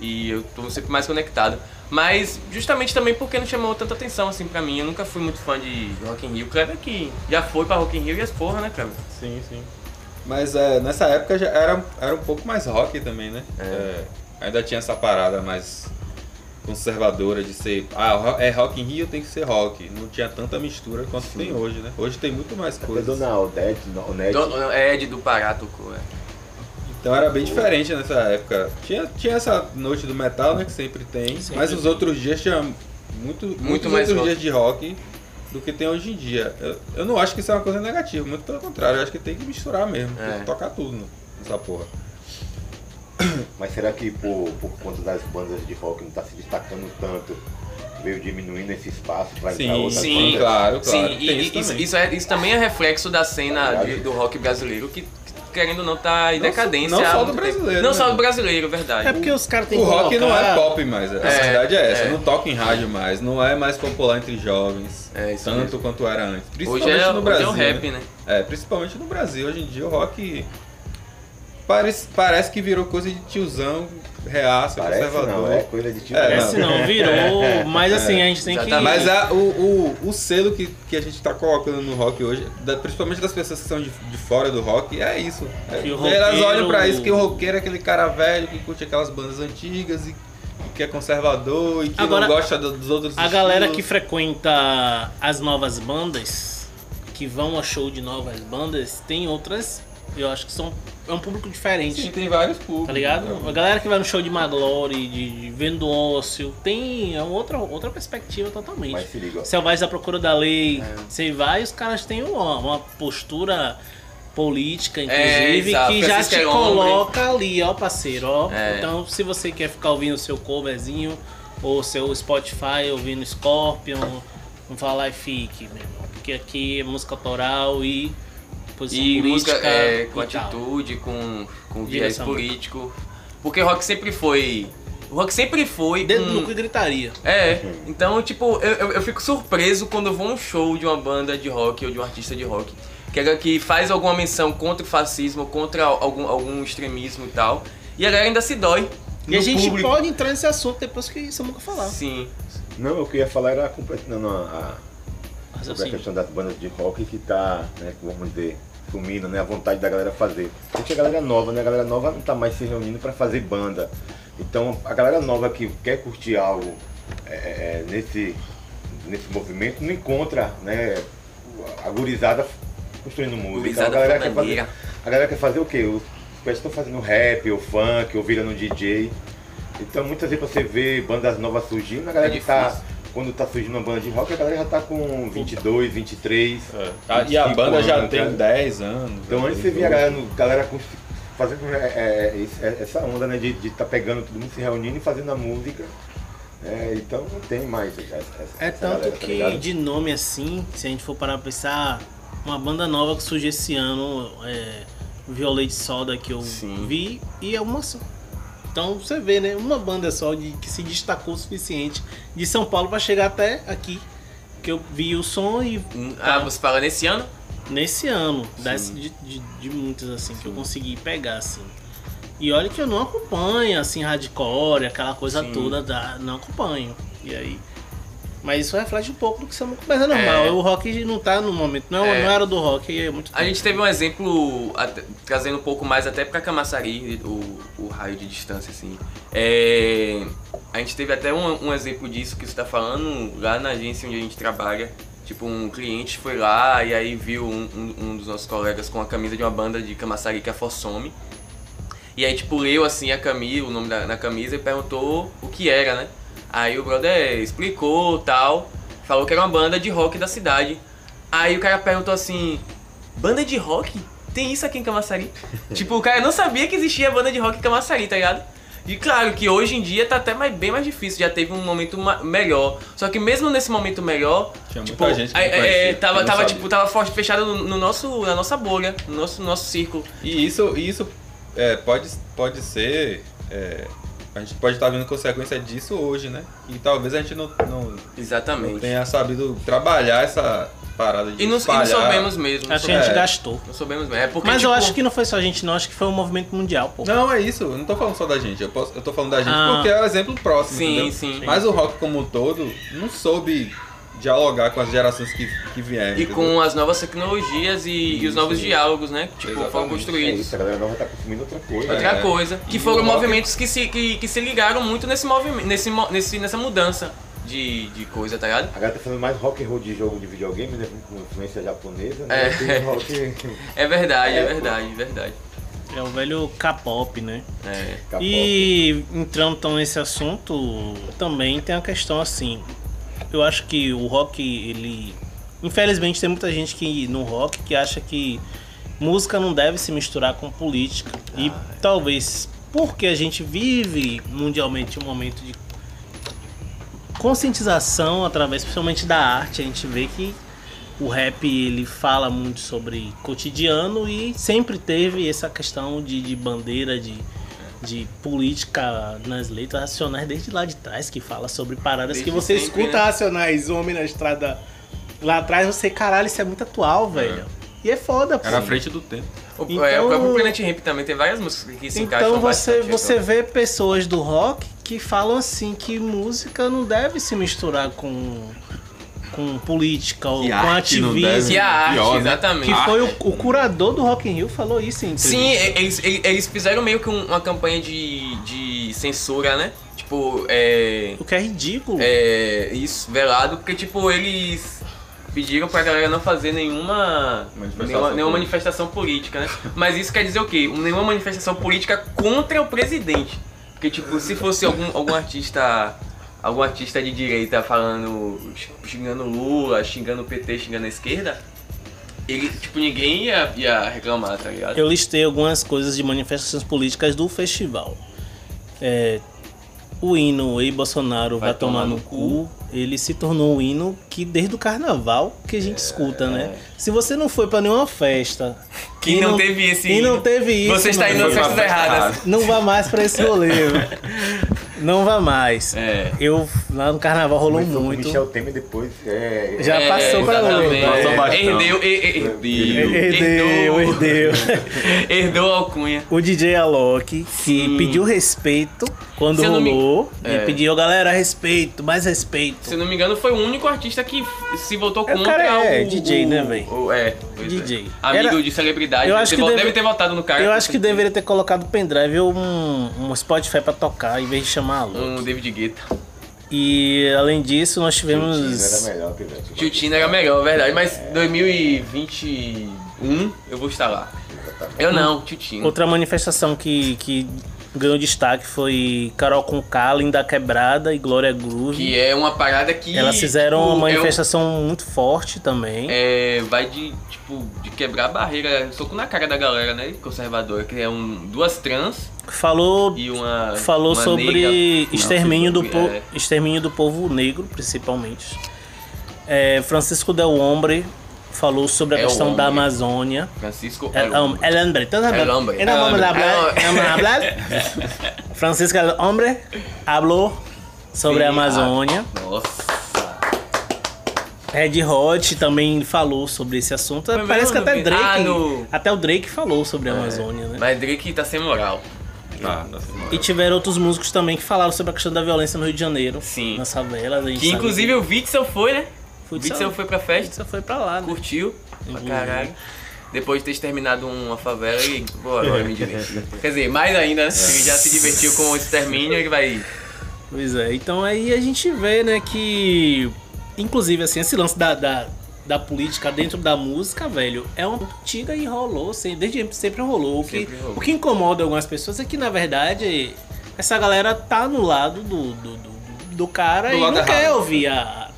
E eu tô sempre mais conectado. Mas, justamente também porque não chamou tanta atenção, assim, pra mim. Eu nunca fui muito fã de Rock in Rio. Kleber que já foi pra Rock in Rio e as porra, né, Kleber?
Sim, sim. Mas é, nessa época já era, era um pouco mais rock também, né? É, ainda tinha essa parada mais conservadora de ser. Ah, ro- é rock em Rio, tem que ser rock. Não tinha tanta mistura quanto tem hoje, né? Hoje tem muito mais
Foi
coisas.
Dona Odete, no- Onete.
Don, Então, é Ed do Pará tocou, é.
Então era bem diferente nessa época. Tinha, tinha essa noite do metal, né? Que sempre tem.
Sempre
mas os
tem.
outros dias tinha muito, muito muitos
mais rock.
outros dias de rock do que tem hoje em dia. Eu, eu não acho que isso é uma coisa negativa, muito pelo contrário, eu acho que tem que misturar mesmo, tem
É.
que tocar tudo no- nessa porra.
Mas será que por, por conta das bandas de rock não tá se destacando tanto, veio diminuindo esse espaço pra entrar
Sim,
outras
sim,
bandas?
Então, claro, claro.
Sim,
tem
e
isso
isso,
também.
isso é, isso também é reflexo da cena de- do rock brasileiro, que, que, querendo ou não, tá em
Não só-
decadência.
não
há
só do
muito tempo.
brasileiro,
Não
né?
só do brasileiro, verdade.
É porque os caras têm
O
que
rock não é
colocar-
pop mais, a
É,
verdade é essa,
é.
não toca em rádio mais, não é mais popular entre jovens,
É, isso
tanto
mesmo.
quanto era antes. Principalmente
Hoje é,
no
hoje
Brasil.
é o rap, né?
É, principalmente no Brasil. Hoje em dia o rock parece, parece que virou coisa de tiozão, reaça,
Parece
conservador.
não, é coisa de tipo...
É,
Parece não, virou. Mas assim, a gente tem que.
Exatamente.
Mas é a- o, o, o selo que, que a gente tá colocando no rock hoje, da- principalmente das pessoas que são de, de fora do rock, é isso. É,
Que o
elas
roqueiro-
olham pra isso que o roqueiro é aquele cara velho que curte aquelas bandas antigas e e que é conservador e que
Agora,
não gosta do- dos outros
A galera que
estilos.
frequenta as novas bandas, que vão a show de novas bandas, tem outras, eu acho que são é um público diferente.
Sim, tem vários públicos.
Tá ligado? A galera que vai no show de Maglore, de, de Vendo Ócio, tem é outra, outra perspectiva totalmente.
Mas se liga, ó.
Selvagens à Procura da Lei,
É.
você vai, os caras têm uma, uma postura política, inclusive,
É, exato.
que já
Francisco
te
é homem.
coloca ali, ó, parceiro, ó.
É.
Então, se você quer ficar ouvindo o seu coverzinho, ou seu Spotify, ouvindo Scorpion, vá lá e fique, meu irmão. Porque aqui é música autoral e posição
E música
política
é, com
e tal.
atitude, com, com viés
Direção.
político. Porque rock sempre foi. O rock sempre foi.
Dedo
um-
no cu e gritaria.
É, então, tipo, eu, eu, eu fico surpreso quando eu vou a um show de uma banda de rock ou de um artista de rock que, é- que faz alguma menção contra o fascismo, contra algum, algum extremismo e tal. E a galera ainda se dói.
E a
no
gente
público.
pode entrar nesse assunto depois que Samuca falar.
Sim.
Não, eu queria falar era completando a, a-
Mas
sobre a
assim,
questão das bandas de rock que tá, né, vamos dizer, sumindo, né, a vontade da galera fazer. Porque a galera nova, né, a galera nova não tá mais se reunindo para fazer banda. Então, a galera nova que quer curtir algo é, é, é, nesse, nesse movimento não encontra, né, a gurizada construindo música. Então,
Gurizada
a, galera quer
fandangueira.
fazer, a galera quer fazer o quê? Os caras estão fazendo rap, ou funk, ou virando DJ. Então, muitas vezes você vê bandas novas surgindo, a galera
É
que tá
difícil.
quando tá surgindo uma banda de rock, a galera já tá com 22, 23.
É. Ah, E a
25
banda já
anos,
tem
cara.
10 anos. né?
Então
velho,
antes você via a
12.
galera, no- galera com- fazendo é, é, esse- é, essa onda, né? De estar pegando todo mundo se reunindo e fazendo a música. É, então não tem mais essa, essa-
é
essa
tanto
galera, tá
que
ligado?
de nome assim, se a gente for parar pra pensar, uma banda nova que surgiu esse ano, é, Violet Soda que eu
Sim.
vi, e é uma só. Então você vê, né? Uma banda só de, que se destacou o suficiente de São Paulo pra chegar até aqui. Que eu vi o som e
Hum, Ah, você fala nesse ano?
nesse ano, das, de, de, de muitas assim, que eu consegui pegar, assim. E olha que eu não acompanho, assim, hardcore, aquela coisa
Sim.
toda, da, não acompanho. E aí. Mas isso reflete um pouco do que você Mas é normal,
É.
o rock não tá no momento, não, é.
É.
não era do rock, é muito
A gente teve um exemplo, até- trazendo um pouco mais até pra Camaçari, o, o raio de distância, assim. É, a gente teve até um, um exemplo disso que você tá falando lá na agência onde a gente trabalha. Tipo, um cliente foi lá e aí viu um, um- um dos nossos colegas com a camisa de uma banda de Camaçari que é a Fossome. E aí, tipo, leu assim a camisa, o nome da, na camisa e perguntou o que era, né? Aí o brother explicou tal, falou que era uma banda de rock da cidade. Aí o cara perguntou assim: banda de rock? Tem isso aqui em Camaçari? tipo, o cara não sabia que existia banda de rock em Camaçari, tá ligado? E claro que hoje em dia tá até mais, bem mais difícil, já teve um momento ma- melhor. Só que mesmo nesse momento melhor,
Tinha
tipo,
muita gente que não
é, é,
conhecia, que
tava,
não
tava,
sabia.
tipo, tava forte- fechado no, no nosso, na nossa bolha, no nosso, nosso círculo.
E isso, e isso é, pode, pode ser. é, a gente pode estar vendo consequência disso hoje, né? E talvez a gente não, não, não
Exatamente.
tenha sabido trabalhar essa, parada de
E não, e não
espalhar.
soubemos mesmo.
Acho que a gente
É.
gastou.
Não soubemos mesmo. É porque,
Mas eu
tipo,
acho que não foi só a gente, não. Acho que foi um movimento mundial, pô.
Não, é isso. Eu não tô falando só da gente. Eu, posso- eu tô falando da gente
Ah.
porque é o exemplo próximo.
Sim,
entendeu?
sim.
Mas o rock como um todo não soube dialogar com as gerações que, que vieram.
E
entendeu?
com as novas tecnologias e, e os
Isso,
novos
isso.
diálogos, né? Que, tipo, foram
Exatamente.
É
construídos.
isso, a galera nova tá consumindo outra coisa.
Outra
É.
coisa. Que
E
foram
o rock-
movimentos que se, que, que se ligaram muito nesse movimento, nesse, mo- nesse, nessa mudança de, de coisa, tá ligado?
A galera tá fazendo mais rock and roll de jogo de videogame, né? Com influência japonesa,
É.
né? Tem rock
É verdade, é,
É, pô.
verdade, é verdade.
É o velho K-pop, né?
É.
K-pop.
E entrando então nesse assunto, também tem a questão assim. Eu acho que o rock, ele. Infelizmente tem muita gente que no rock que acha que música não deve se misturar com política. E talvez porque a gente vive mundialmente um momento de conscientização através principalmente da arte, a gente vê que o rap ele fala muito sobre cotidiano e sempre teve essa questão de, de bandeira de, de política nas letras racionais desde lá de trás que fala sobre paradas
Desde
que você
sempre,
escuta
né?
racionais homem na estrada lá atrás você caralho isso é muito atual velho e é foda pô.
Era à frente do tempo.
O,
Então-
é, o próprio Planet Ramp também tem várias músicas que se encaixam
Então você,
bastante,
você
então.
vê pessoas do rock que falam assim que música não deve se misturar com, com política ou
Que
com
arte não deve.
ativismo.
então. Que é a arte,
Pior, né?
exatamente.
Que foi o, o curador do Rock in Rio falou isso, em entrevista.
Sim, eles, eles- eles fizeram meio que um- uma campanha de, de censura, né? Tipo, é.
O que é ridículo.
É. Isso, velado, porque tipo, eles pediram pra galera não fazer nenhuma. nenhuma,
Manifestação
nenhuma
política.
manifestação política, né? Mas isso quer dizer o quê? Um, Nenhuma manifestação política contra o presidente. Porque, tipo, se fosse algum, algum artista. Algum artista de direita falando. xingando Lula, xingando o PT, xingando a esquerda, ele, tipo, ninguém ia, ia reclamar, tá ligado?
Eu listei algumas coisas de manifestações políticas do festival. É, o hino Ei Bolsonaro vai, tomar, no cu. Ele se tornou um hino que desde o carnaval que a gente escuta, né? Se você não foi pra nenhuma festa
Que
e
não teve esse
e não
hino,
teve isso,
Você está indo
mano,
nas
Foi uma
festas
festa
erradas.
errada.
não vá mais pra esse rolê. velho. não vá mais.
É.
Eu lá no carnaval rolou
Começou com
muito.
Michel Temer depois. É,
Já
É,
passou pra
exatamente.
hoje.
Passou bastante.
Herdeu, her- her-
Herdeu,
herdeu,
herdeu.
Herdou a alcunha.
O DJ Alok, que
Sim.
pediu respeito quando
Se eu não me-
rolou.
É.
E pediu, galera, respeito, mais respeito.
Se eu não me engano, foi o único artista que se votou
É, o
contra
cara é
o-
DJ, né,
o-
véi?
o- É, pois é.
DJ.
Amigo
Era-
de celebridade.
Eu acho
Você
que
vo-
deve-
deve ter votado no cara.
Eu
com
acho que
certeza.
deveria ter colocado pendrive ou um, um Spotify pra tocar, em vez de chamar Alok.
Um David Guetta.
E além disso, nós
Era
tivemos.
melhor que o
Chutina era melhor, é verdade. Mas 2021 eu vou estar lá. Eu não, Chutina.
Outra manifestação que, que ganhou destaque foi Carol com Linda Quebrada e Glória Groove.
Que é uma parada que.
Elas fizeram uma
tipo, é o-
manifestação muito forte também.
É, vai de, tipo, de quebrar a barreira, soco na cara da galera, né, conservadora, que é um, duas trans
Falou
e uma
falou
uma
sobre
negra.
extermínio do,
Não,
po-
é.
extermínio do povo negro, principalmente. É, Francisco Del Hombre falou sobre a
É o É
questão da
hombre.
Amazônia. É,
Francisco
El Hombre. El Hombre. Então, tá bom.
El Hombre.
Então, vamos
El
lá, hablar-
Hombre.
vamos
É
hablar. Francisco El Hombre falou sobre a
Sim,
Amazônia.
ah, Nossa.
Red Hot também falou sobre esse assunto.
ah. Foi
Parece que
mesmo,
até
no-
Drake,
Ah, no- É.
até o Drake falou sobre a Amazônia, né?
Mas Drake tá sem moral.
Tá, tá assim,
E tiveram outros músicos também que falaram sobre a questão da violência no Rio de Janeiro.
Sim.
Nas favelas. A gente
Que
sabe
inclusive o Witzel foi, né? O
Futsal.
Witzel foi pra
A gente só
festa,
foi pra lá, né?
curtiu pra caralho. Depois de ter exterminado uma favela e. Pô, agora eu me diverti. Quer dizer, mais ainda,
É.
né? Ele já se divertiu com o extermínio, ele vai.
Pois é, então aí a gente vê, né, que. Inclusive, assim, esse lance da, da, da política dentro da música, velho, é uma antiga e rolou, assim, desde sempre, sempre rolou. O que,
Sempre rolou.
o que incomoda algumas pessoas é que, na verdade, essa galera tá no lado do, do, do, do cara
Do
e
lado
não quer
errado.
ouvir a,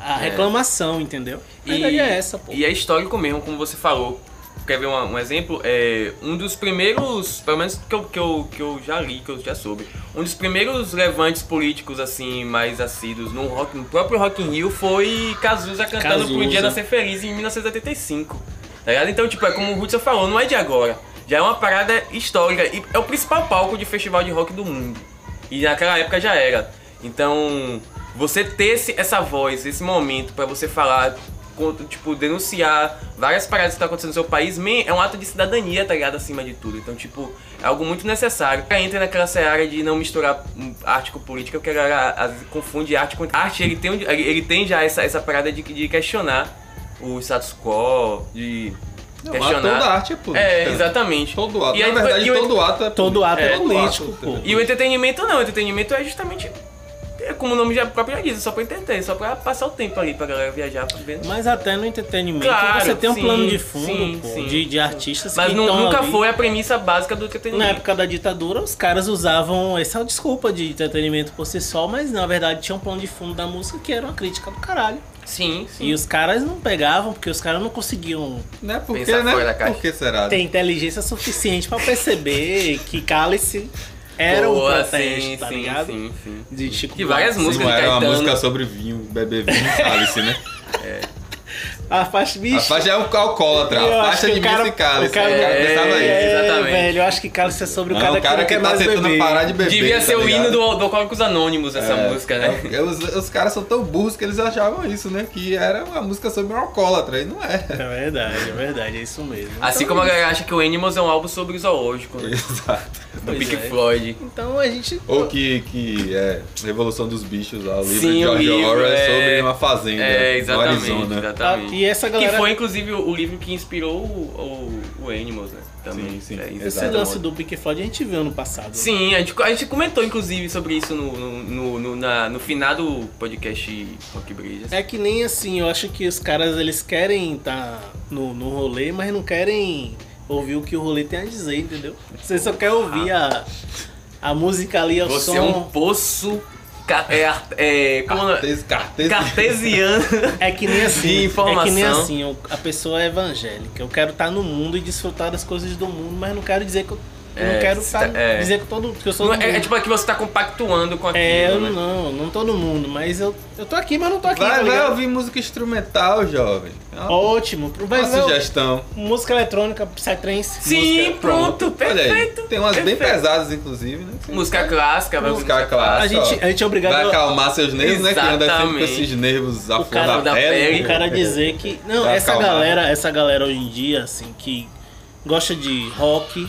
a
É.
reclamação, entendeu? A verdade é essa, pô.
E é histórico mesmo, como você falou. Quer ver uma- um exemplo? É, um dos primeiros, pelo menos que eu, que, eu, que eu já li, que eu já soube, um dos primeiros levantes políticos, assim, mais assíduos no, rock, no próprio Rock in Rio foi Cazuza cantando pro
Cazuza.
Dia da Ser Feliz em 1985. Tá ligado? Então, tipo, é como o Hudson falou, não é de agora. Já é uma parada histórica e é o principal palco de festival de rock do mundo. E naquela época já era. Então, você ter esse- essa voz, esse momento pra você falar contra- tipo, denunciar várias paradas que estão acontecendo no seu país, man, é um ato de cidadania, tá ligado? Acima de tudo. Então, tipo, é algo muito necessário. Aí Entra naquela seara de não misturar hum, arte com política, porque a galera às vezes confunde arte com. Arte, ele tem, um- ele ele tem já essa, essa parada de, de questionar o status quo, de.
Não, mas
questionar.
toda arte é política.
É, exatamente.
Todo ato.
E aí,
Na verdade,
e o-
todo ato é político.
Todo ato é,
É,
político,
ato,
pô.
E o entretenimento não, o entretenimento é justamente. é Como o nome já próprio já diz, é só pra entreter, só pra passar o tempo ali pra galera viajar, pra ver.
Mas até no entretenimento
Claro,
você tem um
sim,
plano de fundo,
sim,
pô,
sim.
de, de artistas
Mas
que
nu-
tão
nunca
ali.
foi a premissa básica do
Na
entretenimento.
época da ditadura, os caras usavam essa desculpa de entretenimento por si só, mas na verdade tinha um plano de fundo da música que era uma crítica do caralho.
Sim, sim.
é- E os caras não pegavam, porque os caras não conseguiam
Né? Porque,
Pensar
né?
fora da caixa.
Por que será?
ter inteligência suficiente pra perceber que Cálice era um
Boa,
protesto,
sim,
tá
sim,
ligado?
Sim, sim.
De Chico
Que
Buarque.
várias
Não
músicas de
era uma
Caetano.
música sobre vinho, beber vinho e cálice, né?
A faixa, bicho,
A faixa é um alcoólatra,
eu
a
acho
faixa
que
de
o
missa
cara-
e cálice.
o cara-
O cara pensava
é,
isso.
exatamente.
velho, eu acho que Cálice é sobre o
Não,
cara,
o cara que
não quer
tá
mais
tentando
beber.
parar de beber.
Devia
tá
ser o
ligado?
hino do, do Alcoólicos Anônimos essa
É,
música, né?
é, os, os caras são tão burros que eles achavam isso, né? Que era uma música sobre um alcoólatra, e não é.
É verdade, é verdade, é isso mesmo.
Assim como a galera acha que o Animals é um álbum sobre o zoológico, né?
Exato.
do
Pois
Pink
é.
Floyd.
Então a gente.
Ou que, que é Revolução dos Bichos, lá, o livro
Sim,
de
o
George
livro,
Orwell é sobre
é-
uma fazenda
É,
no
exatamente,
Arizona.
Tá,
exatamente.
e essa galera.
Que foi, inclusive, o o livro que inspirou o, o, o Animals, né? Também.
Sim, sim,
É, isso.
Esse
exato.
lance do Pink Floyd a gente viu ano passado.
Sim, a gente, a gente comentou, inclusive, sobre isso no, no, no, no, na- no final do podcast Rock Bridges.
É que nem assim, eu acho que os caras eles querem estar tá no, no rolê, mas não querem ouvir o que o rolê tem a dizer, entendeu? Você só quer ouvir a, a música ali, o
Ah. Você
som.
é um poço... ca- É, ar- é, como não-
Cartes, cartes.
cartesiano.
É que nem
um De
assim, é que
informação.
nem assim, eu- a pessoa é evangélica. Eu quero estar no mundo e desfrutar das coisas do mundo, mas não quero dizer que eu, eu não
É,
quero
tá-
tá,
é.
dizer que todo que eu sou
Não,
do
é, é
mundo.
tipo aqui você tá compactuando com aquilo,
É, eu
né?
não, não tô no mundo, mas eu, eu tô aqui, mas não tô aqui. tá
Vai, vai
ligado?
ouvir música instrumental, jovem. É uma,
Ótimo, pro-
uma
vai vai-
sugestão.
música eletrônica, psytrance.
Sim,
música- é
pronto, perfeito.
Olha aí, tem umas bem
perfeito.
pesadas, inclusive, né? que você
Música clássica, vai
Música
música
A
clássica.
clássica.
gente, a gente é obrigado
Vai
a-
acalmar seus nervos, né? Que anda sempre com
Exatamente.
esses nervos
O
à flor
cara
da
da
pele.
pele.
o cara dizer que. Não,
Vai
essa
acalmar.
galera, essa galera hoje em dia, assim, que gosta de rock,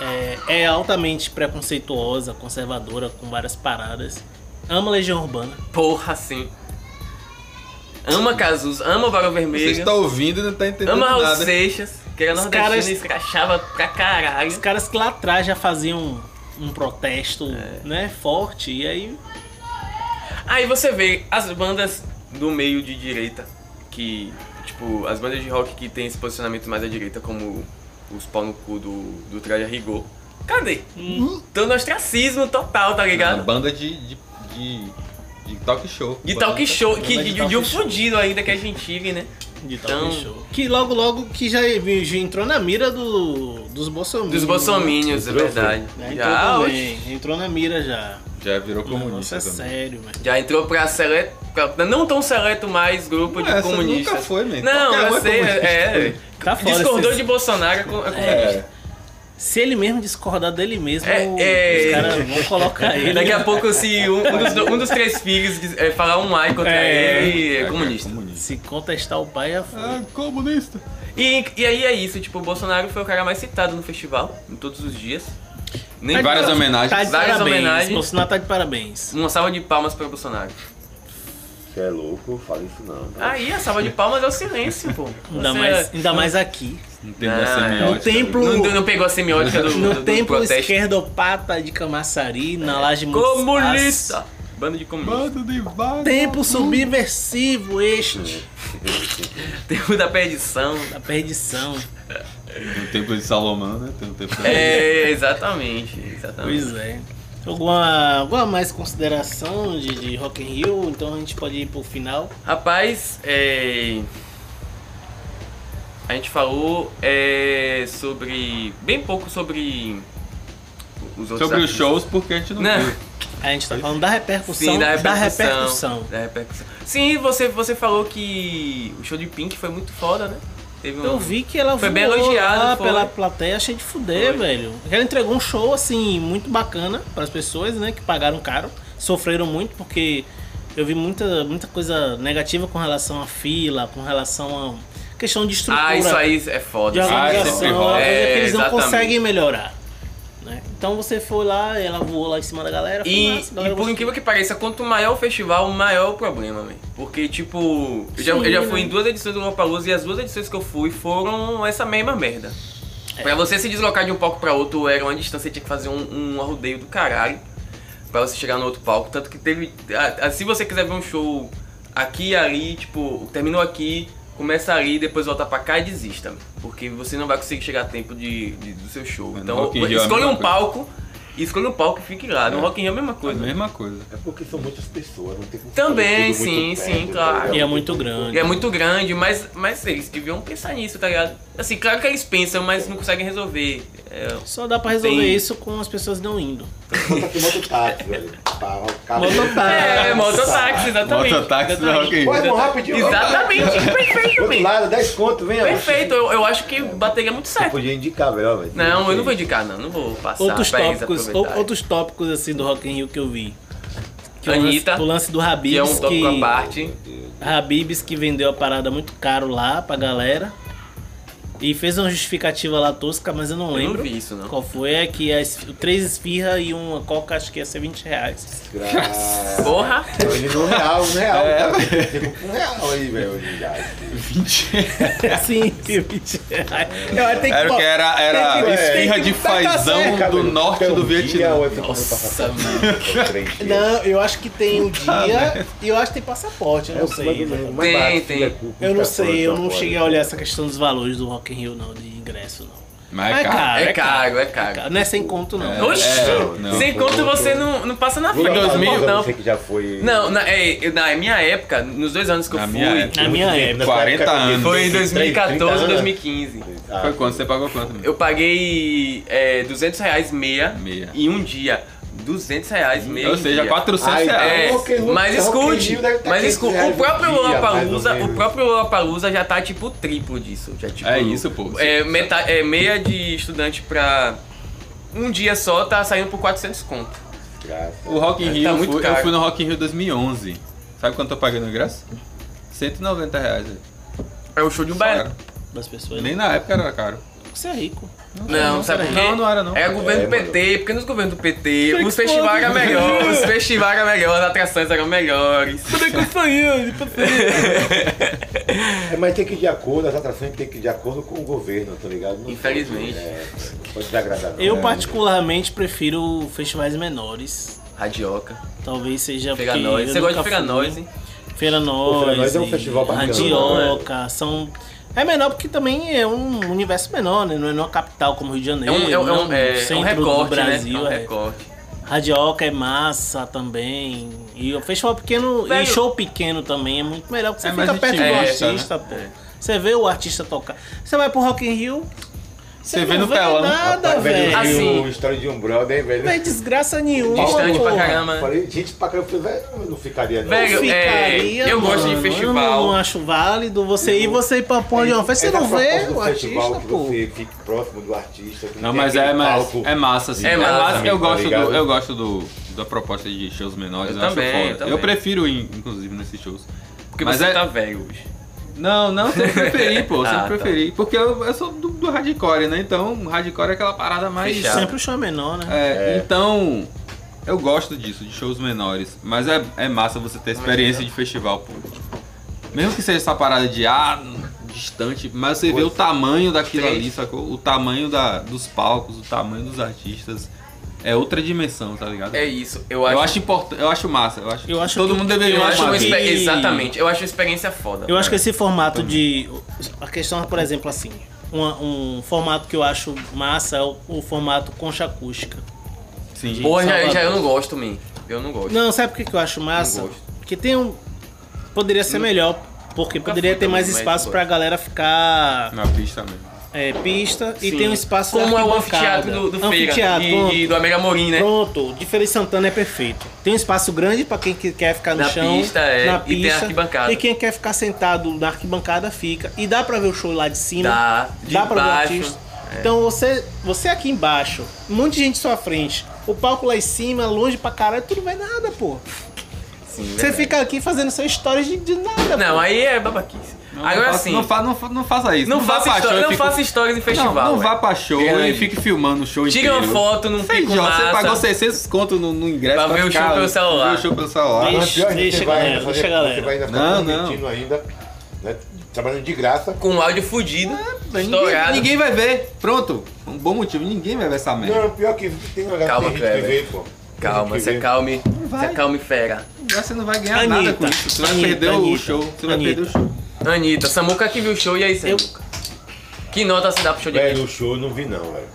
é, é altamente preconceituosa, conservadora, com várias paradas. Ama Legião Urbana.
Porra, sim. Ama Cazuza, ama Barão
Você
Vermelho,
está ouvindo e não tá entendendo
ama Raul
nada.
Seixas, que era
Os
nordestino
caras-
e escrachava pra caralho.
Os caras que lá atrás já faziam um protesto,
É.
né, forte, e aí.
Aí você vê as bandas do meio de direita, que, tipo, as bandas de rock que tem esse posicionamento mais à direita, como os pau no cu do, do Traje a Rigor. Cadê?
Hum.
Tão no ostracismo total, tá
Uma
ligado?
banda de, de, de, de talk show.
E tal que show,
Banda
que
de
de, de,
talk
um
show.
fudido ainda que a gente vive, né?
De tal
Então-
que show. Que logo, logo que já, já entrou na mira do, dos bolsominions.
Dos bolsominions, é
Entrou,
verdade.
Né? Entrou
Já, oxe,
também, entrou na mira já.
Já virou
Nossa,
comunista
é
também.
sério, velho.
já entrou pra seleto. pra não tão seleto mais grupo de
Essa
comunistas.
nunca foi, man.
Não,
Qualquer um é
eu sei,
comunista.
é.
Tá fora
Discordou
esses-
de Bolsonaro é co- é comunista.
É,
Se ele mesmo discordar dele mesmo,
É, é.
os caras vão colocar ele.
Daqui a pouco, se um, um dos, do- um dos três filhos diz- é, falar um ai contra
É.
ele, é
é
comunista.
comunista.
Se contestar o pai, é foda.
É comunista.
E, e aí é isso, tipo, o Bolsonaro foi o cara mais citado no festival, em todos os dias. Nem
Em várias homenagens.
Tá de
Várias
parabéns.
homenagens.
Bolsonaro tá de parabéns.
Uma salva de palmas para o Bolsonaro.
Você é louco, fala isso não. tá? cara.
Aí, a salva de palmas é o silêncio, pô.
Ainda
Você- é
mais, ainda mais aqui.
Não um tem
Não,
essa
é.
semiótica.
No templo-
Não, não pegou a semiótica do, do,
No
do
templo
protesto. É.
esquerdopata de Camaçari, na laje Montes
Comunista!
Passos.
Bando de comunistas.
Bando de vaga.
Templo subversivo este,
Tempo da perdição.
da perdição.
Tem o templo de Salomão, né? Tem o templo
É, exatamente, exatamente.
Pois é. Alguma, alguma mais consideração de, de Rock in Rio? Então a gente pode ir pro final.
Rapaz, é... a gente falou é, sobre. bem pouco sobre. os outros
Sobre os
artistas.
shows, porque a gente não,
Não.
viu.
A gente tá falando da repercussão. É
Sim, da
Da
repercussão,
repercussão.
da repercussão. Sim, você, você falou que o show de Pink foi muito foda, né? Teve um...
Eu vi que ela
Foi
voou
bem elogiado,
lá
foi.
pela plateia, achei de fuder,
Foi.
velho. Ela entregou um show, assim, muito bacana para as pessoas, né, que pagaram caro. Sofreram muito, porque Eu vi muita, muita coisa negativa com relação à fila, com relação a questão de estrutura.
Ah, isso aí é foda.
de
isso aí sempre
sempre
organização,
rola.
rola.
é,
É,
que eles não
exatamente.
conseguem melhorar. né? Então você foi lá, ela voou lá em cima da galera. foi
E,
massa, a galera
e por
gostou.
incrível que pareça, quanto maior o festival, maior o problema, velho. Porque, tipo, eu já,
Sim,
eu já fui
né?
em duas edições do Lollapalooza e as duas edições que eu fui foram essa mesma merda. Pra você se deslocar de um palco pra outro era uma distância, você tinha que fazer um, um arrodeio do caralho pra você chegar no outro palco. Tanto que teve. a- a- se você quiser ver um show aqui e ali, tipo, terminou aqui, começa ali, depois volta pra cá e desista. véi. Porque você não vai conseguir chegar a tempo de, de- do seu show.
Mas no
Então,
Rock in Rio é a
escolha
mesma
um
coisa.
palco. Escolha um palco e fique lá. No
É.
Rock in Rio é a mesma
A
coisa.
mesma coisa.
É porque são muitas pessoas, não tem como
Também,
fazer tudo
sim,
muito
sim,
perto, tá
claro.
ligado?
E é muito grande.
E é muito grande, mas, mas eles deviam pensar nisso, tá ligado? Assim, claro que eles pensam, mas não conseguem resolver. É,
Só dá pra resolver
Tem-
isso com as pessoas não indo.
Bota aqui mototáxi, velho. Pá, carro-
Mototáxi.
é mototáxi, exatamente.
Ah, tá. Mototáxi do Rock in Rio.
Vai, irmão, é rapidinho.
Exatamente, perfeito,
Outro
velho.
lado, 10 conto,
é
vem ó.
Perfeito, eu, eu acho que bateria muito
Você
certo.
podia indicar, velho. ó, velho.
Não, eu não vou indicar, não. Não vou passar
Outros
pra eles
tópicos, ou-
aproveitarem.
outros tópicos assim do Rock in Rio que eu vi. Que é
Anitta,
o, lance, o lance do Habibs,
Que é um tópico à parte.
Habibs que vendeu a parada muito caro lá pra galera. E fez uma justificativa lá tosca, mas eu não
Eu
lembro.
não vi isso, não.
Qual foi? É que as, três esfirra e uma coca acho que ia ser 20 reais.
Graças.
Porra!
Ele deu um real, um real.
É.
cara. Um real aí, velho. hoje,
20.
Sim, 20 reais. Eu acho que tem que
Era o que era,
Tem que-
era
tem
esfirra
que
de
botar
fazão
cerca,
Então, do
velho.
norte
Tem um
do
dia,
Vietnã.
É, ou é ficando
Nossa,
pra frente?
Não, eu acho que tem um dia e eu acho que tem passaporte, eu
É
não
o
sei.
plano, né?
velho.
Mais
Tem,
barato,
tem.
filho da puta,
Eu não
tá
sei, eu
fora,
não
tá
cheguei a
fora.
olhar essa questão dos valores do Rock in Rio não, de ingresso não.
Mas, cara,
é caro, é caro.
Não é sem conto não.
É.
Oxi!
não,
sem
foi-
conta você não, não passa na frente.
Vou dar uma pausa,
não.
Você que já foi.
Não, na, é, eu- na minha época, nos dois anos que eu
Na
fui,
minha época.
Na minha época.
né?
40 anos.
foi em 2014,
2015.
2015.
foi quanto? Você pagou quanto? amigo?
Eu paguei é, 200 reais meia,
Meia.
em um dia. 200 reais meia.
Ou
em
seja,
dia.
400
Ai,
É,
reais.
Rock in Rio-
mas
Rock in
escute,
Rio deve tá
mas
500
escute, o
reais
próprio
um dia,
Lollapalooza,
mais ou
o
menos.
próprio Lollapalooza já tá tipo o triplo disso, já tipo
É isso, pô.
É, meta- é, meia de estudante pra um dia só tá saindo por 400 conto.
Ah, Graças.
O Rock in
Tá
Rio, eu
muito
fui- eu
caro.
fui no Rock in Rio 2011. Sabe quanto eu paguei no ingresso? 190 reais. velho.
É o show de um baiano.
Caro.
Das pessoas.
Nem na época era caro.
Você é rico.
Não, sabe por quê?
Não, não era não.
Era governo
É,
do
mano.
PT, porque nos governos do PT,
Tem
os
que
festivais eram
foda.
melhores, os festivais eram melhores, as atrações eram melhores.
Como é que eu sonhei?
É, mas tem que ir de acordo, as atrações tem que ir de acordo com o governo, tá ligado? Não
Infelizmente.
Pode, é, não pode desagradar, não.
Eu particularmente prefiro festivais menores.
Radioca,
Talvez seja
Feira
É porque
Nós.
eu
Você gosta de
nunca
Feira
fui.
Nós, hein?
Feira
Pô, Feira Nós
Nós
é um
e
festival bacana,
Radioca, são... É menor porque também é um universo menor, né? Não é numa capital como Rio de
É
Janeiro,
um, é um, é
não
um, é, é um
centro
recorte,
do Brasil.
né? É um
é.
recorte.
Radioca é massa também. E o festival pequeno
Velho.
e show pequeno também é muito melhor, porque você
É mais né?
fica perto do
intimista,
artista, pô. Você vê o artista tocar. Você vai pro Rock in Rio,
Você vê né?
não
no telão.
nada,
Rapaz,
velho.
Eu vi
Assim.
o história de um brother, hein, velho.
Não é desgraça nenhuma,
Distante pra
porra.
caramba. né?
Falei, gente, pra caramba, eu falei, velho, eu não ficaria não.
Velho,
Ficaria,
É, eu gosto de
mano.
festival.
Eu não acho válido você ir, você ir pra porra de uma festa, você
é da
não
proposta
vê
do
o
festival
artista,
que
pô.
Você fique próximo do artista. que
Não,
tem
mas é,
aquele
mas
palco. Ah,
é massa, assim.
É
É
massa,
massa. Eu
tá
gosto, do,
ligado?
eu gosto do, da proposta de shows menores.
Eu
Eu, acho
também,
foda.
eu também.
Eu prefiro ir, inclusive, nesses shows.
Porque
Mas
você
é-
tá velho hoje.
Não, não, sempre preferi, pô. Sempre
Ah, tá.
preferi. Porque eu, eu sou do, do hardcore, né? Então, hardcore é aquela parada mais.
Fechado.
Sempre o show é menor, né?
É, Então, eu gosto disso, de shows menores. Mas é, é massa você ter experiência de festival, pô. Mesmo que seja essa parada de ah, distante, mas você vê o tamanho daquilo ali, sacou? O tamanho da, dos palcos, o tamanho dos artistas. É outra dimensão, tá ligado?
É isso, eu acho.
eu acho importante, eu acho massa, eu acho.
Eu acho
todo
que-
mundo deveria
eu
uma
acho uma
vez.
experi-
que-
Exatamente, eu acho uma experiência foda.
Eu acho que esse formato de. A questão, por exemplo, assim. uma- um formato que eu acho massa é o, o formato concha acústica.
Sim.
Porra, já,
Salvador.
já eu não gosto, mim. Eu não gosto.
Não, sabe por que que eu acho massa?
Não gosto.
Porque tem um. Poderia ser melhor, porque
Nunca
poderia
fui
ter
também,
mais
mas
espaço
gosto.
pra galera ficar
Na pista mesmo.
é, pista e
Sim.
tem um espaço
Como é o
arquibancada.
anfiteatro do, do
Anfiteatro,
Feira
pronto.
e, e do Amiga Morim, né?
Pronto, o de Feira de Santana é perfeito. Tem um espaço grande pra quem que quer ficar no
Na
chão,
pista, é,
na
e tem
pista.
arquibancada.
E quem quer ficar sentado na arquibancada fica. E dá pra ver o show lá de cima.
Dá, de
dá pra ver o
baixo. é.
artista. Então você, você aqui embaixo, um monte de gente à sua frente, o palco lá em cima, longe pra caralho, tudo vai nada, pô.
sim.
Você
verdade.
fica aqui fazendo só histórias de, de nada.
é. Não,
pô.
aí é babaquice.
Não, não
Agora
faça-
sim,
Não, fa- não, fa- não faça isso.
é assim, não,
vá
faça,
pra
histó-
show e
não
fica-
faça histórias em festival.
Não, não
velho.
vá pra show
Fica
e
aí.
fique filmando o show
Tira uma
inteiro.
foto num
Sei
pico
lá, Você
massa.
pagou 600 conto no, no ingresso
Pra ver o
ficar-
show pelo
pra
celular.
ver o show pelo celular.
Deixa-
Mas pior, ainda,
deixa,
você vai
galera,
ainda fazer-
deixa, galera.
Você vai ainda ficar
Não,
transmitindo ainda, né, trabalhando de graça.
Com um áudio fudido,
É, Ninguém,
estourado.
ninguém vai ver. Pronto. Um bom motivo. Ninguém vai ver essa merda.
Não, pior que tem uma galera
Calma,
tem gente que
Kleber.
vê, pô.
Calma,
Tem gente
se
que vê.
acalme.
vai.
Se acalme, fera.
Agora Você não vai ganhar nada com
Anitta,
isso. Você vai
Anitta,
perder o
Anitta,
show. Você vai
Anitta.
perder o show.
Anitta, Samuca que viu o show, e aí,
Eu-
Samuca? Que nota você dá pro show de
Velho,
Anitta?
o show eu não vi não, velho.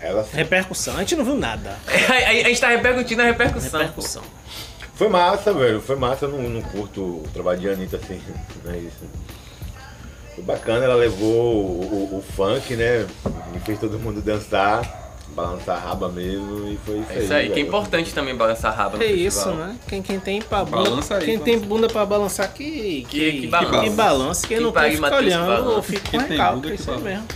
Ela
É
Repercussão. A gente não viu nada.
A gente tá repercutindo a repercussão.
Repercussão.
Foi massa, velho. Foi massa. Eu não, não curto o trabalho de Anitta assim. Não é isso. Foi bacana. Ela levou o, o- o funk, né? E fez todo mundo dançar, balançar a raba mesmo. E foi isso
É isso aí, que é
velho.
importante também balançar a raba. no
É isso,
festival.
né? Quem, quem tem pra bunda,
Balança aí,
quem
pô.
tem bunda pra balançar que
Que- que balança.
que balança. Quem
Quem
não tem
pague
fica
Matheus
olhando
balança.
ou fica com
Quem tem bunda
recalque,
que
isso aí
balança.
mesmo.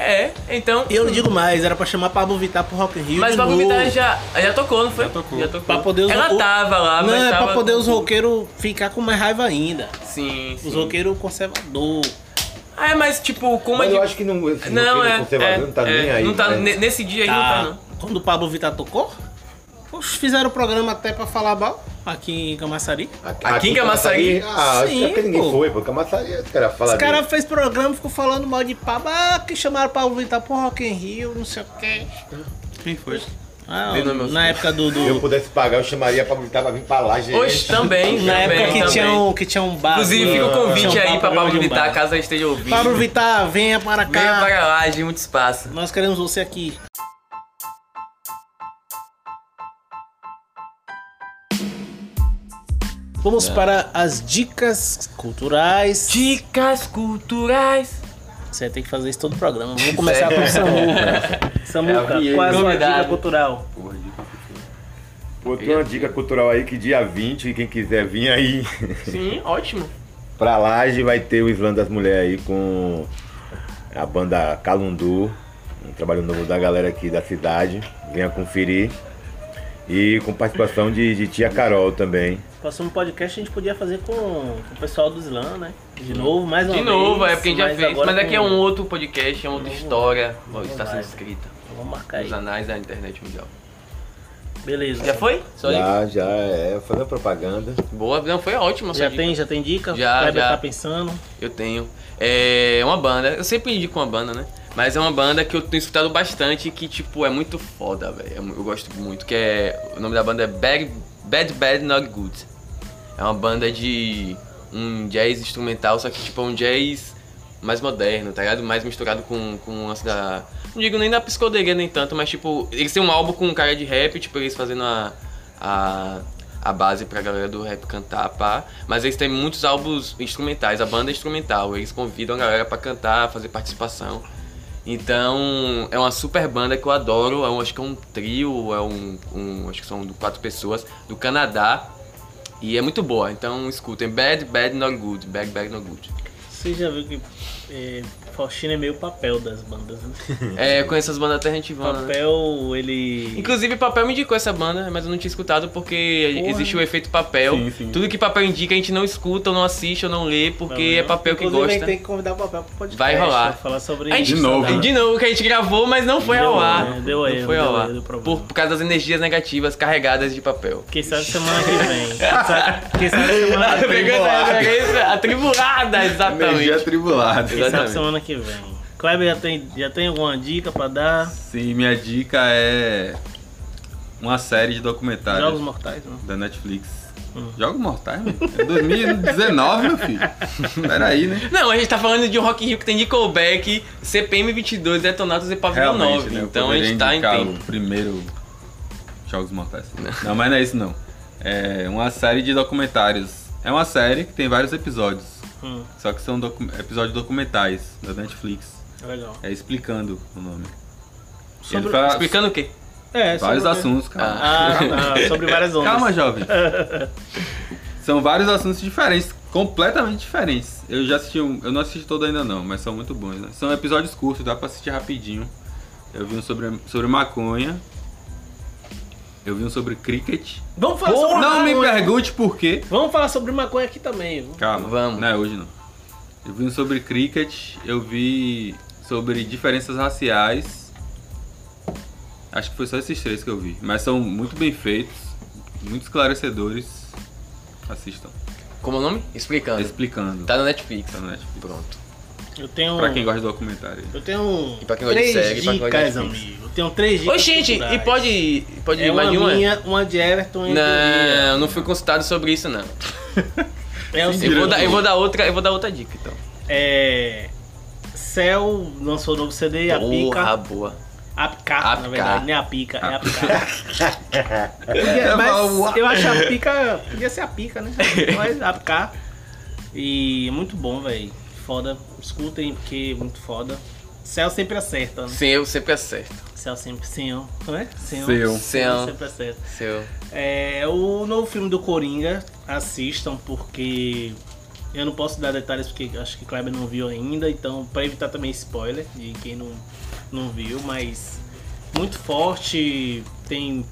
É, então.
E eu não digo mais, era pra chamar Pablo Vittar pro Rock in Rio
Mas
de
Babu
novo.
Vittar já, já tocou, não foi?
Já tocou.
Pra poder os
Ela
o-
tava lá,
Não,
mas
é
tava...
pra poder os roqueiros ficar com mais raiva ainda.
Sim, sim.
Os roqueiros conservador.
Ah, é, mas tipo, como
Mas
é
eu
que...
acho que não, esse
Não,
roqueiro
é...
conservador
é,
não tá
é,
nem aí.
não tá-
né?
ne- Nesse dia aí
Tá.
não tá,
Quando o Pablo Vittar tocou, poxa, fizeram o programa até pra falar mal aqui em Camaçari.
A-
Aqui é em Camaçari?
tá Ah, acho
Sim,
que é porque ninguém
pô.
foi, pô. Camaçari, os caras falam.
Os caras fez programa, ficou falando mal de Pablo. Ah, que chamaram Pablo Vittar pro Rock in Rio, não sei o quê.
Quem foi?
Ah,
Dei no meu
na época do... do-
Se eu pudesse pagar, eu chamaria pra gritar pra vir pra lá, gente.
não. Hoje também,
É. Na
também,
época que
também.
tinha, um, que tinha um bar.
Inclusive, fica o
tinha um
convite
bar,
aí pra
programa de
Pablo
um
Vittar,
bar.
caso ela esteja ouvindo.
Pablo Vittar, venha para cá.
Venha para lá, de muito espaço.
Nós queremos você aqui.
É.
Vamos para as dicas culturais.
Dicas culturais.
Você vai ter que fazer isso todo o programa. Vamos
É.
começar com o Samuca. Samuca,
vinheta.
qual é a sua dica
Convidado.
cultural?
Botou uma dica cultural aí que dia 20, quem quiser vir aí
Sim, ótimo.
pra Laje, vai ter o Islã das Mulheres aí com a banda Calundu, um trabalho novo da galera aqui da cidade. Venha conferir. E com participação de, de Tia Carol também.
Próximo podcast a gente podia fazer com, com o pessoal do Islã, né? De novo, mais uma
De
vez.
novo, é porque a gente já fez.
agora
Mas aqui é
com-
um outro podcast, é uma outra história.
Não
Está
vai.
sendo escrita.
Vamos marcar aí.
Os anais da internet mundial.
Beleza.
Tá Já foi? Só isso?
Já, já, é, fazer propaganda.
Boa, não, foi ótimo.
Já tem, já tem dica?
Já,
o Kleber
já.
tá pensando.
Eu tenho. É uma banda, eu sempre indico uma banda, né? Mas é uma banda que eu tenho escutado bastante que, tipo, é muito foda, velho. Eu eu gosto muito, que é... O nome da banda é Bad Bad, Bad Not Good. É uma banda de um jazz instrumental, só que, tipo, é um jazz mais moderno, tá ligado? Mais misturado com, com o lance da... Não digo nem da psicodelia nem tanto, mas, tipo, eles têm um álbum com cara de rap, tipo, eles fazendo a... a a base pra galera do rap cantar, pá. Mas eles têm muitos álbuns instrumentais, a banda é instrumental. Eles convidam a galera pra cantar, fazer participação. Então, é uma super banda que eu adoro. É um, acho que é um trio, é um, um- Acho que são quatro pessoas do Canadá. E é muito boa, então escutem. Bad, bad, not good. Bad, bad, not good.
Você já viu que é, Faustino é meio papel das bandas, né?
É, eu conheço as bandas até gente vana, né?
papel, ele.
Inclusive, Papel me indicou essa banda, mas eu não tinha escutado porque
Porra.
existe o efeito papel.
Sim, sim.
Tudo que papel indica a gente não escuta, ou não assiste, ou não lê, porque é papel que
Inclusive,
gosta.
a gente tem que convidar o papel pro podcast.
Vai rolar.
pra Falar sobre
A gente-
De novo. né?
Tá.
De novo, que a gente gravou, mas não foi
Deu
ao ar.
erro, deu
não
erro,
foi ao
deu
ar.
erro, deu problema.
Por, por causa das energias negativas carregadas de papel.
Quem sabe semana que vem. Quem sabe, quem sabe semana que vem.
Pegando a referência, atribulada,
Energia
exatamente.
tribulada.
Quem sabe
Exatamente.
semana que vem. Kleber já tem, já tem alguma dica pra dar?
Sim, minha dica é uma série de documentários
Jogos Mortais, né? não?
da Netflix.
Hum.
Jogos Mortais, mano? É 2019, meu filho. Peraí, né?
Não, a gente tá falando de um Rock in Rio que tem Nickelback, CPM 22, Detonados e Pavilhão
Realmente,
9.
né? Eu
Então a gente
poderia
tá em
indicar
tempo. Né?
o primeiro Jogos Mortais. Não, mas não é isso não. É uma série de documentários. É uma série que tem vários episódios.
Hum,
Só que são docu- episódios documentais da Netflix.
legal.
É explicando o nome.
Sobre-
Ele fala
Explicando o quê?
É,
vários
sobre-
assuntos, cara.
Ah, ah, sobre várias ondas.
Calma, jovem. são vários assuntos diferentes, completamente diferentes. Eu já assisti um, eu não assisti todo ainda não, mas são muito bons, né? São episódios curtos, dá pra assistir rapidinho. Eu vi um sobre, sobre maconha. Eu vi um sobre cricket.
Vamos falar sobre
não me
maconha.
pergunte por quê.
Vamos falar sobre maconha aqui também. viu?
Calma,
Vamos.
Não é hoje não. Eu vi um sobre cricket, eu vi sobre diferenças raciais. Acho que foi só esses três que eu vi. Mas são muito bem feitos, muito esclarecedores. Assistam.
Como é o nome? Explicando.
Explicando.
Tá no Netflix.
Tá no Netflix.
Pronto.
Eu tenho.
Pra quem gosta de documentário.
Eu tenho. um
E pra quem gosta de
três
série, pra quem gosta de
dicas,
Netflix.
amigo. Eu tenho três dicas.
Oi, gente, e
culturais.
pode, pode
É
ir mais
uma
de uma?
minha, uma de Everton e outra
Não, não fui consultado sobre isso, não.
minha. É o
Eu
seguinte,
vou, dar, eu vou dar outra, eu vou dar outra dica, então.
É. Cell lançou novo CD e a pica.
Porra, boa.
A pica,
Apcar.
na verdade, nem a pica, é a pica. Porque-
É,
mas
mas-
eu acho a pica. Podia ser a pica, né? Mas a pica. E é muito bom, velho. Foda. Escutem, porque é muito foda. Cell sempre acerta, né?
Sem eu sempre acerto.
Céu sempre senhor. Como é? Senhor.
Senhor.
Senhor.
Sempre acerta.
Sem eu.
É, o novo filme do Coringa, assistam, porque eu não posso dar detalhes porque acho que Kleber não viu ainda, então pra evitar também spoiler de quem não, não viu, mas muito forte, tem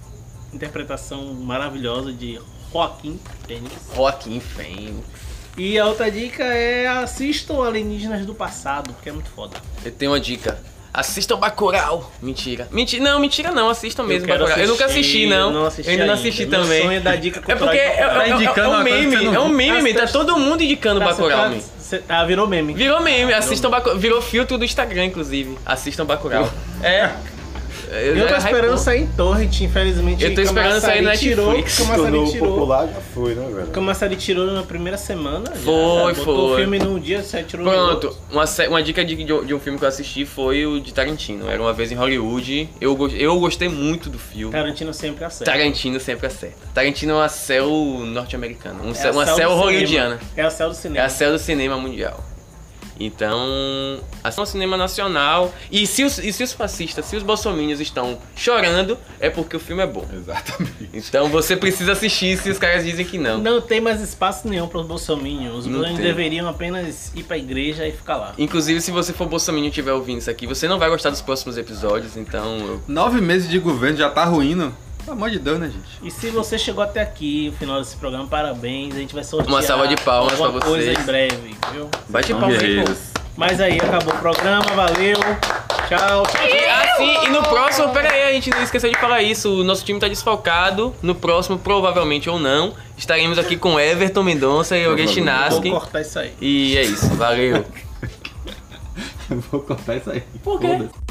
interpretação maravilhosa de Joaquim Phoenix.
Joaquim Fênix.
E a outra dica é assistam Alienígenas do Passado, porque é muito foda.
Eu tenho uma dica. Assistam Bacurau. Mentira. Mentira. Não, mentira não. Assistam É mesmo
quero
Bacurau. eu nunca assisti,
assistir,
não.
não assisti
eu ainda não
ainda.
assisti
Meu
também.
sonho é dar dica
é
cultural
porque
de
é, é-
Bacurau.
é- é
indicando
um
uma coisa que
meme.
você não
É um
viu.
meme,
Tá
man. Tá todo mundo indicando Bacurau, man.
Cê- Ah, virou meme.
Virou meme. Assistam Bacurau. Virou filtro do Instagram, inclusive. Assistam Bacurau. É.
Eu tô
já
esperando
hypou.
sair em Torrent, infelizmente.
Eu tô esperando sair no
Camaçari tirou,
Netflix.
Se
Camaçari
tornou
tirou.
popular, já foi, né, velho?
Camaçari tirou na primeira semana. já,
Foi,
já Botou o
foi.
filme num dia, você tirou no outro.
Pronto, uma, sé- uma dica de, de um- de um filme que eu assisti foi o de Tarantino. Era uma vez em Hollywood. Eu, go- eu gostei muito do filme.
Tarantino sempre acerta.
Tarantino sempre acerta. Tarantino é uma céu norte-americana, um
É
céu-
a
uma
céu
céu
do
hollywoodiana.
cinema. É a céu do
É
cinema.
a céu do cinema mundial. Então, assim, é um cinema nacional. E se os, e se os fascistas, se os bolsominions estão chorando, é porque o filme é bom.
Exatamente.
Então você precisa assistir se os caras dizem que não.
Não tem mais espaço nenhum para os bolsominions. Os
Não
bolsominions
tem.
deveriam apenas ir pra igreja e ficar lá.
Inclusive, se você for bolsominion e estiver ouvindo isso aqui, você não vai gostar dos próximos episódios, então eu
Nove meses de governo já tá ruindo. Pelo amor de Deus, né, gente?
E se você chegou até aqui, o final desse programa, parabéns. A gente vai sortear
Uma salva de palmas
alguma
pra
coisa
vocês.
em breve, viu?
Bate
São
palma aí, pô.
guerreiros.
Mas aí, acabou o programa, valeu. Tchau. tchau.
E, assim, e no próximo, pera aí, a gente não esqueceu de falar isso. O nosso time tá desfalcado. No próximo, provavelmente ou não, estaremos aqui com Everton Mendonça e Alguém
Vou
Chinaski.
cortar isso aí.
E é isso, valeu.
Eu vou cortar isso aí.
Por quê?
Foda-se.